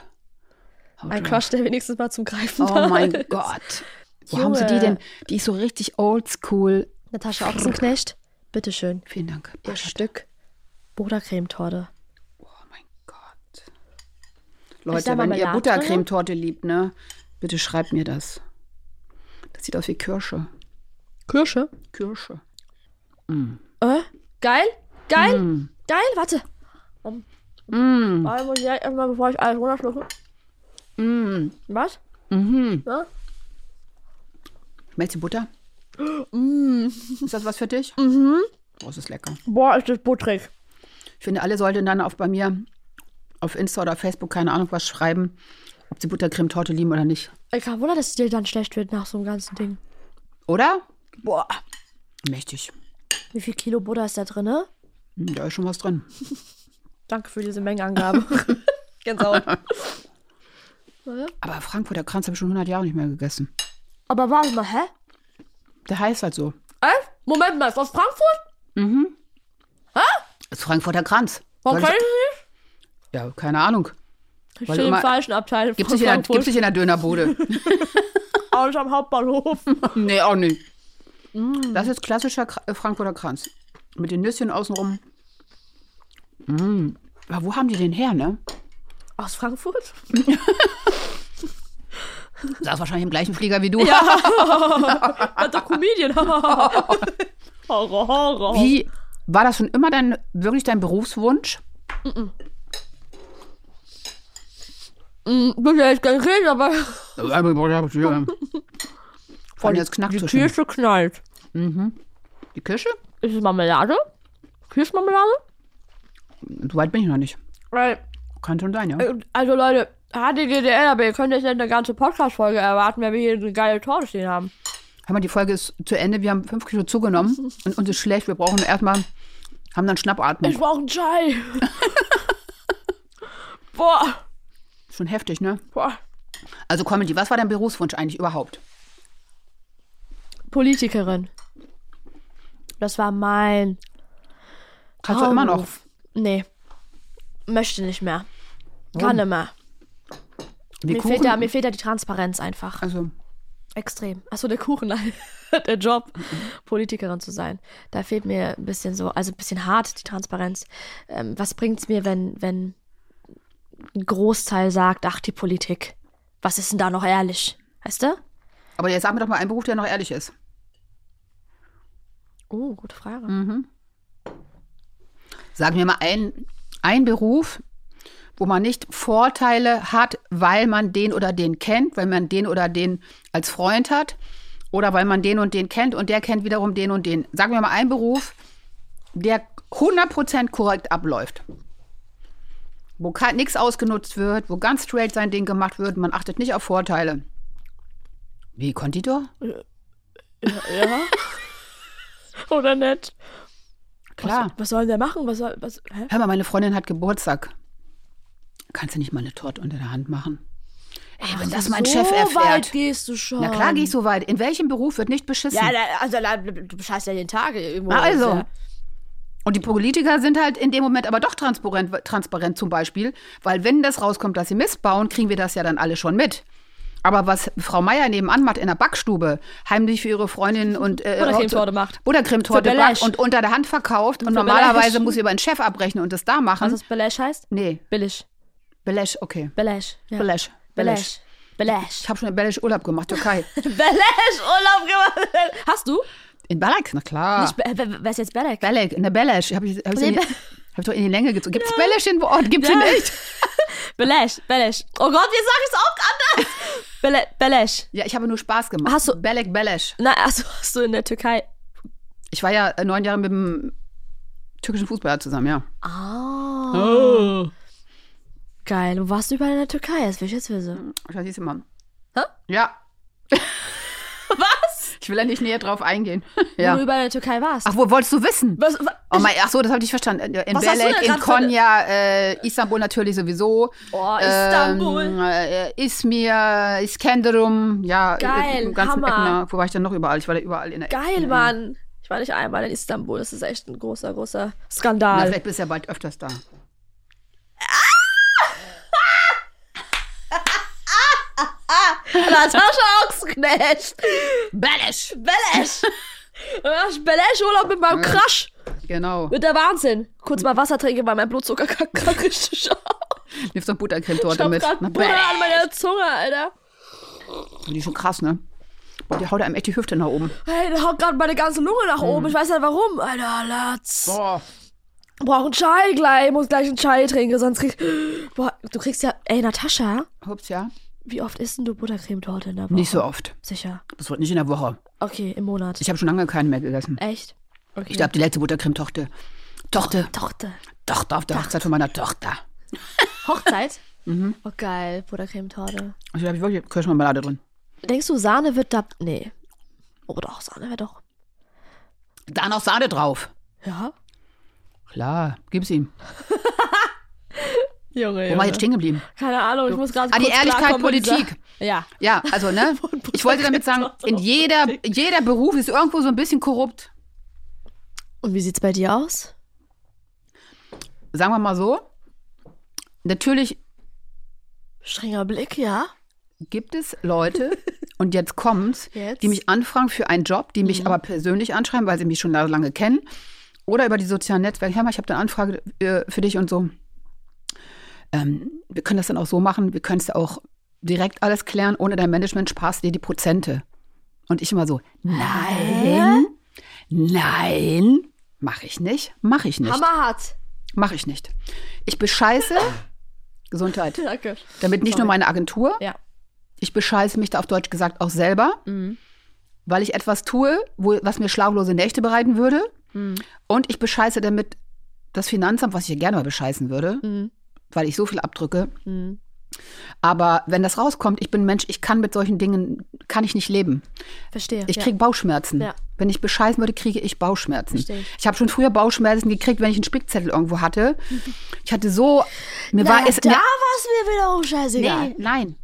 S3: Haut
S2: Ein
S3: rein.
S2: Crush, der wenigstens mal zum Greifen da
S3: Oh
S2: (laughs)
S3: mein
S2: ist.
S3: Gott. Wo
S2: Junge.
S3: haben sie die denn? Die ist so richtig oldschool.
S2: Natascha Ochsenknecht, bitteschön.
S3: Vielen Dank.
S2: Ihr Stück Buttercremetorte.
S3: Oh mein Gott.
S2: Ist da
S3: Leute, wenn ihr
S2: Marmelade
S3: Buttercremetorte liebt, ne? Bitte schreibt mir das. Das sieht aus wie Kirsche.
S2: Kirsche?
S3: Kirsche.
S2: Äh? Geil? Geil? Geil? Warte. Mm. Warte, muss ich direkt erstmal, bevor ich alles runterschlucke. Mm. Was? Mhm. Ja?
S3: Schmelzt die Butter? Ist das was für dich? Oh, es ist lecker.
S2: Boah, ist das buttrig.
S3: Ich finde, alle sollten dann auf bei mir auf Insta oder Facebook, keine Ahnung, was schreiben, ob sie Buttercremetorte lieben oder nicht.
S2: Ich kann wundern, dass es dir dann schlecht wird nach so einem ganzen Ding.
S3: Oder? Boah. Mächtig.
S2: Wie viel Kilo Butter ist da drin? Ne?
S3: Hm, Da ist schon was drin.
S2: Danke für diese (laughs) Mengenangabe. Gänsehaut.
S3: Aber Frankfurter Kranz habe ich schon 100 Jahre nicht mehr gegessen.
S2: Aber warte mal, hä?
S3: Der heißt halt so.
S2: Äh? Moment mal, ist aus Frankfurt?
S3: Das ist Frankfurter Kranz.
S2: Warum
S3: Soll
S2: kann
S3: ich-
S2: ich nicht?
S3: Ja, keine Ahnung.
S2: Ich
S3: Weil
S2: stehe im
S3: immer-
S2: falschen Abteil
S3: Gibt
S2: von
S3: es in, der- gibt's
S2: Frankfurt.
S3: nicht in der Dönerbude?
S2: (laughs) Auch nicht am Hauptbahnhof.
S3: nee, auch nicht.
S2: Mm.
S3: Das ist klassischer Kra- äh, Frankfurter Kranz. Mit den Nüsschen außenrum. Mm. Aber wo haben die den her, ne?
S2: Aus Frankfurt?
S3: Saß wahrscheinlich im gleichen Flieger wie du.
S2: Ja. Der Comedian. Horror, Horror.
S3: Wie war das schon immer dein wirklich
S2: (laughs)
S3: dein Berufswunsch?
S2: Hm, Ich will ja jetzt gar nicht reden, aber
S3: Von jetzt knackt
S2: die
S3: so schön.
S2: Kirsche knallt.
S3: Die Kirsche?
S2: Ist es Marmelade? Kirschmarmelade?
S3: So weit bin ich noch nicht.
S2: Weil,
S3: Kann schon sein, ja.
S2: äh, also Leute, HDDDL, aber ihr könnt jetzt nicht eine ganze Podcast-Folge erwarten, wenn wir hier eine geile Torte stehen haben.
S3: Hör mal, die Folge ist zu Ende. Wir haben fünf
S2: (laughs)
S3: Kilo zugenommen und uns ist schlecht. Wir brauchen erstmal, haben dann
S2: Ich
S3: Schnappatmung.
S2: brauche einen Chai. (laughs) boah,
S3: Schon heftig, ne?
S2: boah.
S3: Also Comedy, was war dein Berufswunsch eigentlich überhaupt?
S2: Politikerin. Das war mein.
S3: Kannst
S2: Oh.
S3: du immer noch.
S2: Traumberuf. Nee. Möchte nicht mehr. Kann nicht mehr. (laughs)
S3: Wie
S2: Mir fehlt, ja, mir fehlt ja die Transparenz einfach.
S3: Also,
S2: Extrem. Achso, der Kuchen, (laughs) nein. der Job, Politikerin zu sein. Da fehlt mir ein bisschen so, also ein bisschen hart die Transparenz. Ähm, was bringt es mir, wenn, wenn ein Großteil sagt, ach, die Politik, was ist denn da noch ehrlich? Weißt du?
S3: aber jetzt sag mir doch mal einen Beruf, der noch ehrlich ist.
S2: Oh, gute Frage.
S3: Sag mir mal einen, einen Beruf, wo man nicht Vorteile hat, weil man den oder den kennt, weil man den oder den als Freund hat oder weil man den und den kennt und der kennt wiederum den und den. Sag mir mal einen Beruf, der 100% korrekt abläuft. Wo nichts ausgenutzt wird, wo ganz straight sein Ding gemacht wird, man achtet nicht auf Vorteile. Wie Konditor?
S2: Ja. Oder nicht?
S3: Klar.
S2: Was, was soll denn der machen? Was soll, was, hä?
S3: Hör mal, meine Freundin hat Geburtstag. Kannst du nicht mal eine Torte unter der Hand machen? Ey, wenn das mein Chef
S2: So weit
S3: erfährt.
S2: gehst du schon.
S3: Na klar, geh ich so weit. In welchem Beruf wird nicht beschissen?
S2: Ja, da, also da, du bescheißt ja jeden Tag irgendwo.
S3: Na also.
S2: Ja.
S3: Und die Politiker sind halt in dem Moment aber doch transparent, transparent zum Beispiel, weil wenn das rauskommt, dass sie Mist bauen, kriegen wir das ja dann alle schon mit. Aber was Frau Meier nebenan macht in der Backstube, heimlich für ihre Freundin und äh,
S2: Oder
S3: Haupt-
S2: Cremetorte macht.
S3: Oder Cremetorte
S2: Für
S3: backt
S2: Belash.
S3: und unter der Hand verkauft und
S2: Für
S3: normalerweise
S2: Belash.
S3: muss sie über den Chef abrechnen und das da machen.
S2: Was das Belash heißt?
S3: nee,
S2: Billig.
S3: Belash, okay.
S2: Belash. Ja.
S3: Belash.
S2: Belash. Belash.
S3: Ich habe schon in Belash Urlaub gemacht, Türkei.
S2: Belash Urlaub gemacht. Hast du?
S3: In Balak, na klar.
S2: Nicht Be äh, wer wer ist jetzt Belash?
S3: Balak, in der Belash. Habe ich, hab ich,
S2: Nee,
S3: in die-
S2: Be-
S3: hab ich doch in die Länge gezogen. Gibt es Belash in Ort? Gibt es
S2: Ja.
S3: nicht?
S2: Belash. Belash. Oh Gott, wie sag ich's auch (laughs) anders? Bela Belash.
S3: Ja, ich habe nur Spaß gemacht.
S2: Hast du-
S3: Balak, Belash.
S2: Na, also hast du in der Türkei.
S3: Ich war ja äh, neun Jahre mit dem türkischen Fußballer zusammen, ja.
S2: Ah. Geil. Wo warst du überall in der Türkei? Das will ich jetzt wissen.
S3: Ich weiß nicht immer.
S2: Hä?
S3: Ja,
S2: (laughs) Was?
S3: ich will ja nicht näher
S2: (laughs)
S3: drauf eingehen.
S2: Wo du
S3: ja.
S2: überall in der Türkei warst.
S3: Ach, wo wolltest du wissen?
S2: Was, wa-
S3: Oh mein, ach so, das habe ich nicht verstanden. In
S2: Was hast du
S3: Belek,
S2: denn
S3: in
S2: grad für eine-
S3: Konya, äh, Istanbul natürlich sowieso.
S2: Oh, Istanbul.
S3: Ähm, äh, Izmir, Iskenderum, ja. äh,
S2: Geil,
S3: im ganzen
S2: Hammer.
S3: Ecken, ne? Wo war ich denn noch überall? Ich war da überall in der
S2: Geil, Mann. Ich war nicht einmal in Istanbul. Das ist echt ein großer, großer Skandal. (laughs)
S3: Na, vielleicht bist du ja bald öfters da.
S2: Natascha Ochsenknecht.
S3: Bellisch! (laughs)
S2: Belash. Belash Urlaub mit meinem Crush.
S3: Genau.
S2: Mit der Wahnsinn. Kurz mal Wasser trinken, weil mein Blutzucker (laughs) krank krank ist. Ich
S3: Nimmst so eine Buttercreme-Torte
S2: hab
S3: mit.
S2: grad
S3: Na,
S2: Butter an meiner Zunge, Alter.
S3: bäh. Die ist schon krass, ne? Boah, die haut einem echt die Hüfte nach oben.
S2: Hey, da haut gerade meine ganze Lunge nach oben. Ich weiß nicht warum. Alter, Latz.
S3: Mhm. Boah.
S2: Brauch einen Chai gleich. Ich muss gleich einen Chai trinken, sonst kriegst (gasps) Boah, du kriegst ja. Ey, Natascha,
S3: Ups, ja.
S2: wie oft isst denn du Buttercremetorte in der Woche?
S3: Nicht so oft.
S2: Sicher.
S3: Das wird nicht in der Woche.
S2: Okay, im Monat.
S3: Ich habe schon lange keinen mehr gegessen.
S2: Echt? Okay.
S3: Ich glaube, die letzte Buttercreme-Tochter. Tochter.
S2: Tochter.
S3: Tochter auf der Hochzeit von meiner Tochter.
S2: (laughs) Hochzeit? mhm. Oh, geil. Buttercremetorte.
S3: Also, da habe ich wirklich Kirschmarmelade drin.
S2: Denkst du, Sahne wird da. Nee. Oh, doch, Sahne wäre doch.
S3: Da noch Sahne drauf.
S2: Ja?
S3: Klar, gib's ihm.
S2: (laughs) Junge,
S3: Wo war ich jetzt stehen geblieben?
S2: Keine Ahnung, ich muss gerade
S3: Ah, die
S2: kurz
S3: Ehrlichkeit
S2: klarkommen mit dieser-
S3: Politik.
S2: Ja.
S3: Ja,
S2: (laughs)
S3: also, ne? Ich wollte damit sagen, in jeder, jeder Beruf ist irgendwo so ein bisschen korrupt.
S2: Und wie sieht's bei dir aus?
S3: Sagen wir mal so. Natürlich
S2: Strenger Blick, ja.
S3: gibt es
S2: (laughs)
S3: Leute, und jetzt kommt's,
S2: Jetzt? Mhm.
S3: die mich anfragen für einen Job, die mich aber persönlich anschreiben, weil sie mich schon la- lange kennen. Oder über die sozialen Netzwerke. Hör mal, ich habe eine Anfrage äh, für dich und so. Ähm, wir können das dann auch so machen, wir können es ja auch direkt alles klären, ohne dein Management sparst dir die Prozente. Und ich immer so, nein, nein, mache ich nicht, mache ich nicht,
S2: Hammerhart.
S3: mache ich nicht. Ich bescheiße, Gesundheit,
S2: (laughs) Danke.
S3: damit nicht nur meine Agentur,
S2: Ja.
S3: ich bescheiße mich da auf Deutsch gesagt auch selber,
S2: Mhm.
S3: weil ich etwas tue, wo, was mir schlaflose Nächte bereiten würde.
S2: Mhm.
S3: Und ich bescheiße damit das Finanzamt, was ich gerne mal bescheißen würde,
S2: Mhm.
S3: weil ich so viel abdrücke. Aber wenn das rauskommt, ich bin Mensch, ich kann mit solchen Dingen, kann ich nicht leben.
S2: Verstehe.
S3: Ich
S2: ja.
S3: kriege Bauchschmerzen.
S2: Ja.
S3: Wenn ich bescheißen würde, kriege ich Bauchschmerzen.
S2: Verstehe ich.
S3: Ich habe schon früher Bauchschmerzen gekriegt, wenn ich einen Spickzettel irgendwo hatte. Ich hatte so, mir war
S2: naja,
S3: es
S2: Mhm. da
S3: mir-
S2: war es mir wieder auch scheißegal.
S3: Nee, nein.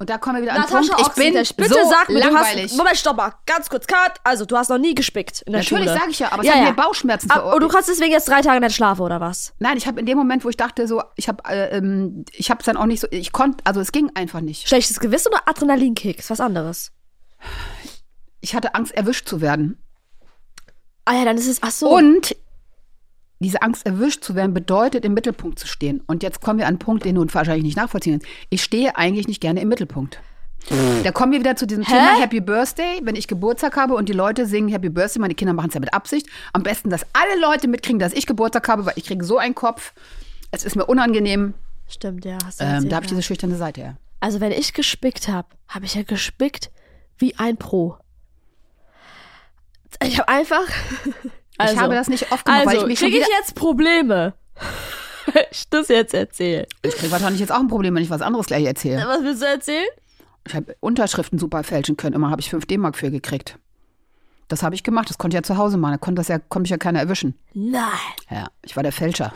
S3: Und da kommen wir wieder an den Punkt.
S2: Natascha
S3: Ich
S2: Ochsen,
S3: bin
S2: der Spitze
S3: so
S2: sagt mir, du
S3: langweilig.
S2: hast, Moment, stopp mal, ganz kurz, Kat, also du hast noch nie gespickt in der Schule.
S3: Natürlich sage ich ja, aber es hat mir Bauchschmerzen
S2: Ab,
S3: verursacht.
S2: Und du kannst deswegen jetzt drei Tage nicht schlafen, oder was?
S3: Nein, ich habe in dem Moment, wo ich dachte, so, ich habe, äh, ähm, ich habe es dann auch nicht so, ich konnte, also es ging einfach nicht.
S2: Schlechtes Gewissen oder Adrenalinkick? Ist was anderes.
S3: Ich hatte Angst, erwischt zu werden.
S2: Ah ja, dann ist es, ach so.
S3: Und diese Angst, erwischt zu werden, bedeutet, im Mittelpunkt zu stehen. Und jetzt kommen wir an einen Punkt, den du wahrscheinlich nicht nachvollziehen kannst. Ich stehe eigentlich nicht gerne im Mittelpunkt.
S2: Hm.
S3: Da kommen wir wieder zu diesem Thema Happy Birthday. Wenn ich Geburtstag habe und die Leute singen Happy Birthday, meine Kinder machen es ja mit Absicht. Am besten, dass alle Leute mitkriegen, dass ich Geburtstag habe, weil ich kriege so einen Kopf. Es ist mir unangenehm.
S2: Stimmt, ja. Hast du
S3: Ähm,
S2: erzählt,
S3: da habe ich
S2: ja.
S3: diese schüchterne Seite her.
S2: Also wenn ich gespickt habe, habe ich ja gespickt wie ein Pro. Ich habe einfach. (laughs) Also,
S3: habe das nicht oft gemacht, weil
S2: also,
S3: ich mich schon
S2: kriege ich
S3: wieder-
S2: jetzt Probleme. (laughs) Wenn ich das jetzt erzähle.
S3: Ich kriege wahrscheinlich jetzt auch ein Problem, wenn ich was anderes gleich erzähle.
S2: Was willst du erzählen?
S3: Ich habe Unterschriften super fälschen können. Immer habe ich 5 D-Mark für gekriegt. Das habe ich gemacht. Das konnte ich ja zu Hause machen. Da konnte, das ja, konnte mich ja keiner erwischen.
S2: Nein.
S3: Ja, ich war der (laughs) Fälscher.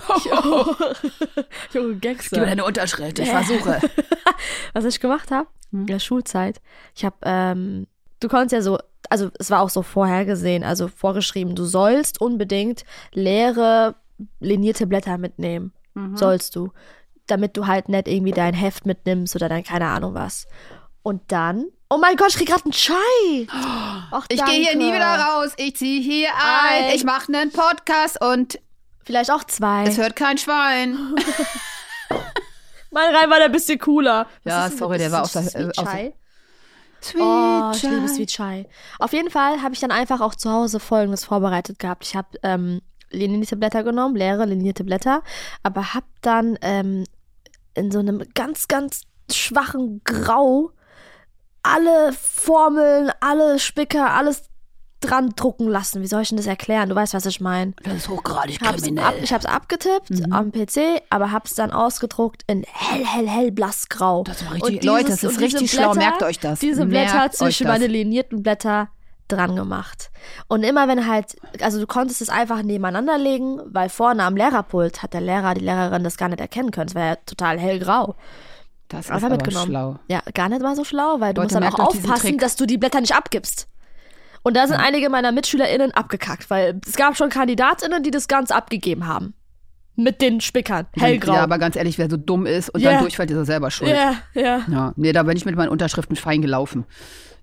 S2: Junge Gangster.
S3: eine Unterschrift. Ich versuche.
S2: was ich gemacht habe
S3: Mhm.
S2: in der Schulzeit, ich habe, ähm, du konntest ja so, also es war auch so vorhergesehen, also vorgeschrieben, du sollst unbedingt leere, linierte Blätter mitnehmen.
S3: Mhm.
S2: Sollst du. Damit du halt nicht irgendwie dein Heft mitnimmst oder dein keine Ahnung was. Und dann, oh mein Gott, ich krieg gerade einen
S3: (gasps)
S2: Schei. Ach,
S3: (laughs) Ich gehe hier
S2: danke.
S3: nie wieder raus. Ich ziehe hier ein.
S2: Ein.
S3: Ich mache einen Podcast und
S2: Vielleicht auch zwei.
S3: es hört kein Schwein.
S2: mein Rein war der ein bisschen cooler. Was
S3: Ja,
S2: ist denn
S3: sorry, der
S2: das?
S3: war
S2: Ist
S3: auch
S2: das
S3: so- äh,
S2: Sweet
S3: auch so-
S2: Chai?
S3: Sweet
S2: Oh, ich liebe
S3: Child.
S2: Sweet Chai. Auf jeden Fall habe ich dann einfach auch zu Hause Folgendes vorbereitet gehabt. Ich habe ähm, linierte Blätter genommen, leere linierte Blätter, aber habe dann ähm, in so einem ganz, ganz schwachen Grau alle Formeln, alle Spicker, alles dran drucken lassen. Wie soll ich denn das erklären? Du weißt, was ich meine.
S3: Das ist hochgradig
S2: Hab's ab, ich habe es abgetippt am PC, aber habe es dann ausgedruckt in hell, hell, hell blassgrau.
S3: Das war richtig- Leute, das ist richtig schlau, merkt euch das.
S2: Diese Blätter
S3: Merkt euch
S2: zwischen
S3: das.
S2: meine linierten Blätter dran gemacht. Und immer wenn halt, also du konntest es einfach nebeneinander legen, weil vorne am Lehrerpult hat der Lehrer, die Lehrerin das gar nicht erkennen können. Es war ja total hellgrau.
S3: Das ist
S2: Einfach
S3: aber
S2: mitgenommen.
S3: schlau.
S2: Ja, gar nicht mal so schlau, weil du
S3: Leute,
S2: musst
S3: merkt
S2: dann auch
S3: euch diesen
S2: aufpassen,
S3: Trick.
S2: dass du die Blätter nicht abgibst. Und da sind einige meiner MitschülerInnen abgekackt, weil es gab schon KandidatInnen, die das ganz abgegeben haben. Mit den Spickern. Hellgrau.
S3: Ja, aber ganz ehrlich, wer so dumm ist und
S2: Ja.
S3: dann durchfällt, ist er selber schuld.
S2: ja, ja.
S3: Ja, nee, da bin ich mit meinen Unterschriften fein gelaufen.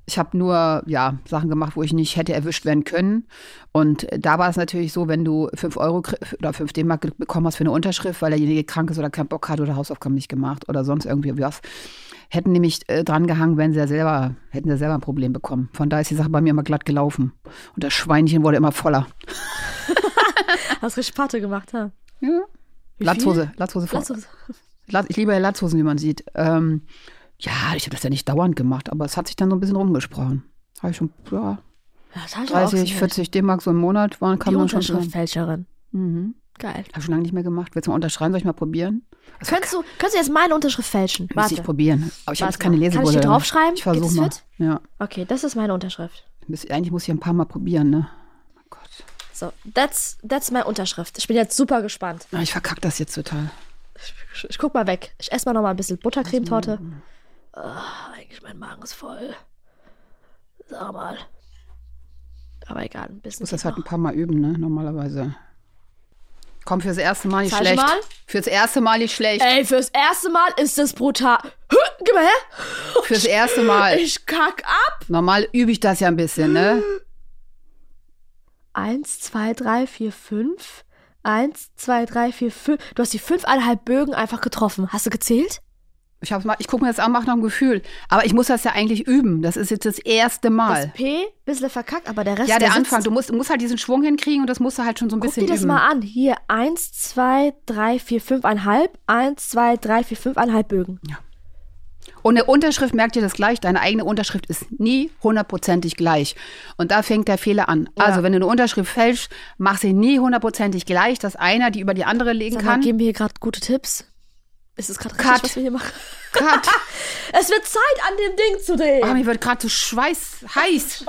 S3: Ich habe nur ja, Sachen gemacht, wo ich nicht hätte erwischt werden können. Und äh, da war es natürlich so, wenn du 5 Euro kri- oder 5 D-Mark ge- bekommen hast für eine Unterschrift, weil derjenige krank ist oder keinen Bock hat oder Hausaufgaben nicht gemacht oder sonst irgendwie was, hätten nämlich äh, dran gehangen, wenn sie ja selber, hätten sie ja selber ein Problem bekommen. Von daher ist die Sache bei mir immer glatt gelaufen. Und das Schweinchen wurde immer voller.
S2: (laughs) Hast richtig Pate gemacht, ha?
S3: Ja.
S2: Wie
S3: Latzhose, Latzhose voll.
S2: Lass uns-
S3: Latz- Ich liebe ja Latzhosen, wie man sieht. Ähm, ja, ich habe das ja nicht dauernd gemacht, aber es hat sich dann so ein bisschen rumgesprochen. Habe ich schon, ja,
S2: Ja, das hab ich aber auch
S3: 30,
S2: gesehen.
S3: 40 D-Mark so im Monat waren,
S2: Die
S3: kam dann schon dran.
S2: Unterschriftfälscherin.
S3: Mhm.
S2: Geil.
S3: Habe schon lange nicht mehr gemacht. Willst du mal unterschreiben? Soll ich mal probieren? Also,
S2: Könntest du, könntest du jetzt meine Unterschrift fälschen?
S3: Müsste
S2: Warte.
S3: ich probieren. Aber ich habe
S2: Warte
S3: jetzt keine
S2: mal. Kann ich die
S3: Lesebrille.
S2: draufschreiben?
S3: Ich
S2: Geht das
S3: versuche mal.
S2: fit?
S3: Ja.
S2: Okay, das ist meine Unterschrift.
S3: Müsste- Eigentlich muss ich ein paar Mal probieren, ne? Oh Gott.
S2: So, that's, that's meine Unterschrift. Ich bin jetzt super gespannt.
S3: Ah, Ich verkacke das jetzt total.
S2: Ich, ich guck mal weg. Ich esse mal noch mal ein bisschen Buttercremetorte. Ah, eigentlich mein Magen ist voll. Sag mal. Aber egal, ein bisschen.
S3: Muss das
S2: geht
S3: halt
S2: noch.
S3: ein paar Mal üben, ne? Normalerweise. Komm, fürs erste Mal nicht
S2: Zeig
S3: schlecht.
S2: mal. Äh,
S3: Fürs erste Mal nicht schlecht.
S2: Ey, fürs erste Mal ist das brutal. Hü, gib mal her.
S3: Fürs erste Mal.
S2: Ich kack ab.
S3: Normal übe ich das ja ein bisschen, ne?
S2: Eins, zwei, drei, vier, fünf. Eins, zwei, drei, vier, fünf. Du hast die fünfeinhalb Bögen einfach getroffen. Hast du gezählt?
S3: Ich, hab's mal- ich gucke mir das an, mache noch ein Gefühl. Aber ich muss das ja eigentlich üben. Das ist jetzt das erste
S2: Das
S3: Mal.
S2: P, bisschen verkackt, aber der Rest
S3: ja, der,
S2: sitzt.
S3: Anfang. Du musst, du musst halt diesen Schwung hinkriegen und das musst du halt schon so ein
S2: Guck
S3: bisschen
S2: dir das
S3: üben.
S2: mal an. Hier, eins, zwei, drei, vier, fünfeinhalb. Eins, zwei, drei, vier, fünfeinhalb Bögen.
S3: Und eine Unterschrift merkt ihr das gleich. Deine eigene Unterschrift ist nie hundertprozentig gleich. Und da fängt der Fehler an. Also, wenn du eine Unterschrift fälschst, mach sie nie hundertprozentig gleich, dass einer die über die andere legen
S2: Sag mal,
S3: kann.
S2: geben wir hier gerade gute Tipps? Ist es gerade
S3: Cut.
S2: richtig, was wir hier machen?
S3: Cut.
S2: Es wird Zeit, an dem Ding zu
S3: Oh,
S2: drehen.
S3: mir wird gerade so Schweiß
S2: (laughs)
S3: heiß.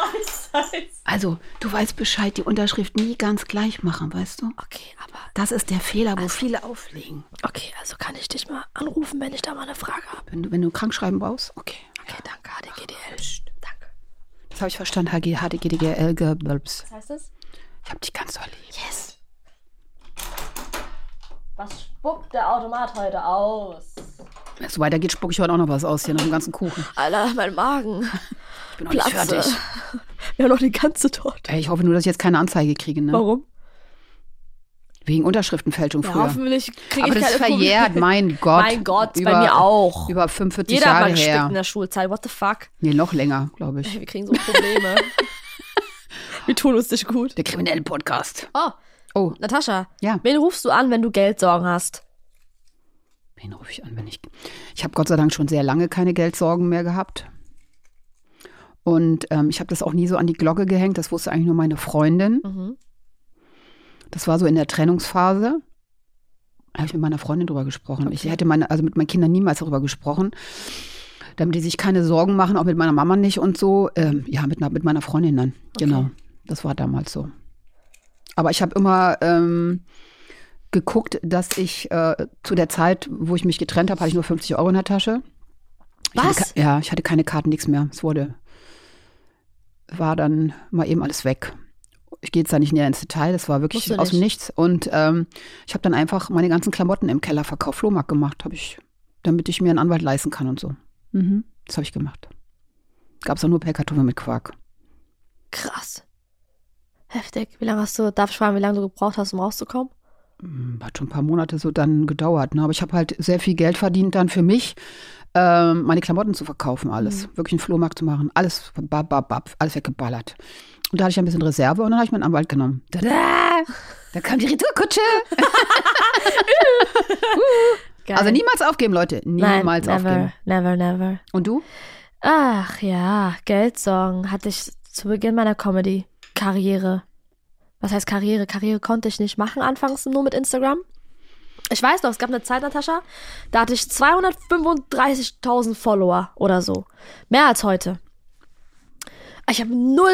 S3: Also, du weißt Bescheid, die Unterschrift nie ganz gleich machen, weißt du?
S2: Okay, aber,
S3: Das ist der Fehler,
S2: Also,
S3: wo viele auflegen.
S2: okay, also kann ich dich mal anrufen, wenn ich da mal eine Frage habe.
S3: Wenn du, wenn du krank schreiben brauchst, okay.
S2: Okay, danke, HDGDL. Danke.
S3: Das habe ich verstanden. HG, HDGDGL, Gerbs.
S2: Was heißt das?
S3: Ich habe dich ganz doll lieb.
S2: Yes. Was spuckt der Automat heute aus?
S3: Wenn es so weitergeht, spucke ich heute auch noch was aus hier nach dem ganzen Kuchen.
S2: Alter, mein Magen. (laughs)
S3: Ich bin noch nicht
S2: Platze.
S3: fertig.
S2: Wir haben noch die ganze Torte.
S3: Ey, ich hoffe nur, dass ich jetzt keine Anzeige kriege, ne?
S2: Warum?
S3: Wegen Unterschriftenfälschung
S2: Oh. Ja,
S3: früher.
S2: hoffentlich kriege ich
S3: Aber das ist
S2: keine
S3: verjährt,
S2: Probleme. (laughs)
S3: mein Gott.
S2: Mein Gott,
S3: über,
S2: bei mir auch.
S3: Über 45
S2: Jeder hat mal ne?
S3: Jahre
S2: gespickt
S3: her.
S2: in der Schulzeit. What the fuck?
S3: Nee, noch länger, glaube ich.
S2: Wir kriegen so
S3: (laughs)
S2: Probleme. Wir tun uns nicht gut.
S3: Der kriminelle Podcast.
S2: Oh,
S3: Oh,
S2: Natascha.
S3: Ja.
S2: Wen rufst du an, wenn du Geldsorgen hast?
S3: wen rufe ich an, wenn ich... Ich habe Gott sei Dank schon sehr lange keine Geldsorgen mehr gehabt. Und ähm, ich habe das auch nie so an die Glocke gehängt. Das wusste eigentlich nur meine Freundin.
S2: Mhm.
S3: Das war so in der Trennungsphase. Da habe ich mit meiner Freundin drüber gesprochen. Ich hätte meine, also mit meinen Kindern niemals darüber gesprochen, damit die sich keine Sorgen machen, auch mit meiner Mama nicht und so. Ähm, ja, mit, einer- mit meiner Freundin dann. Genau. Das war damals so. Aber ich habe immer ähm, geguckt, dass ich äh, zu der Zeit, wo ich mich getrennt habe, hatte ich nur 50 Euro in der Tasche. Ich
S2: Was?
S3: Hatte, ke- ja, ich hatte keine Karten, nichts mehr. Es wurde, war dann mal eben alles weg. Ich gehe jetzt da nicht näher ins Detail, das war
S2: Musst
S3: wirklich
S2: du
S3: aus dem
S2: nicht.
S3: Nichts. Und ähm, ich habe dann einfach meine ganzen Klamotten im Keller verkauft, Flohmarkt gemacht, habe ich, damit ich mir einen Anwalt leisten kann und so. Mhm. Das habe ich gemacht. Gab es auch nur Pellkartoffeln mit Quark.
S2: Krass. Heftig. Wie lange hast du, darf ich fragen, wie lange du gebraucht hast, um rauszukommen?
S3: hat schon ein paar Monate so dann gedauert. Ne? Aber ich habe halt sehr viel Geld verdient dann für mich, ähm, meine Klamotten zu verkaufen, alles.
S2: Mhm.
S3: Wirklich einen Flohmarkt zu machen, alles, bab, bab, bab, alles weggeballert. Und da hatte ich ein bisschen Reserve und dann habe ich meinen Anwalt genommen. Tada! Da kam
S2: (laughs)
S3: die Retourkutsche. (laughs)
S2: Geil.
S3: Also niemals aufgeben, Leute.
S2: Nein,
S3: Niemals
S2: never,
S3: aufgeben.
S2: Never, never.
S3: Und du?
S2: Ach ja, Geldsorgen hatte ich zu Beginn meiner Comedy-Karriere. Was heißt Karriere? Karriere konnte ich nicht machen, anfangs nur mit Instagram. Ich weiß noch, es gab eine Zeit, Natascha, da hatte ich 235.000 Follower oder so. Mehr als heute. Ich habe null,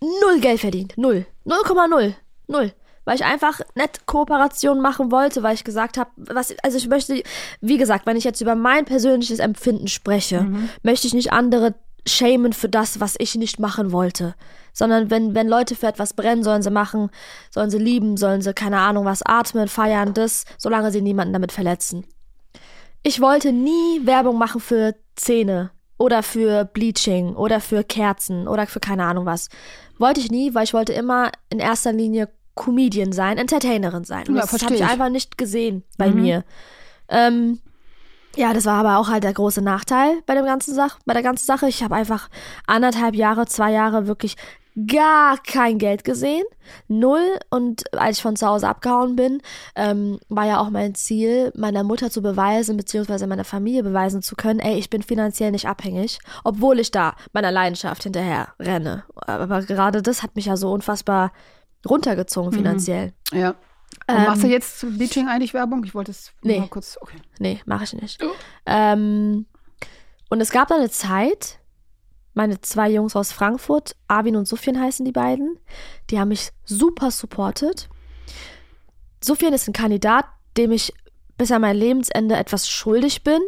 S2: null Geld verdient. Null. 0,0. Null. Weil ich einfach nett Kooperationen machen wollte, weil ich gesagt habe, was, also ich möchte, wie gesagt, wenn ich jetzt über mein persönliches Empfinden spreche, möchte ich nicht andere shamen für das, was ich nicht machen wollte. Sondern wenn, wenn Leute für etwas brennen, sollen sie machen, sollen sie lieben, sollen sie, keine Ahnung, was atmen, feiern, das, solange sie niemanden damit verletzen. Ich wollte nie Werbung machen für Zähne oder für Bleaching oder für Kerzen oder für keine Ahnung was. Wollte ich nie, weil ich wollte immer in erster Linie Comedian sein, Entertainerin sein. Und
S3: Ja,
S2: das habe
S3: verstehe
S2: ich
S3: ich.
S2: einfach nicht gesehen bei mir. Ähm, ja, das war aber auch halt der große Nachteil bei dem ganzen Sach bei der ganzen Sache. Ich habe einfach anderthalb Jahre, zwei Jahre wirklich gar kein Geld gesehen. Null. Und als ich von zu Hause abgehauen bin, ähm, war ja auch mein Ziel, meiner Mutter zu beweisen, beziehungsweise meiner Familie beweisen zu können, ey, ich bin finanziell nicht abhängig, obwohl ich da meiner Leidenschaft hinterher renne. Aber gerade das hat mich ja so unfassbar runtergezogen finanziell.
S3: Ja. Und machst du jetzt zu Bleaching eigentlich Werbung? Ich wollte es
S2: Ähm, Nee.
S3: mal kurz. Okay.
S2: Nee, mache ich nicht. Ähm, und es gab da eine Zeit, meine zwei Jungs aus Frankfurt, Arvin und Sufjan heißen die beiden, die haben mich super supportet. Sufjan ist ein Kandidat, dem ich bis an mein Lebensende etwas schuldig bin,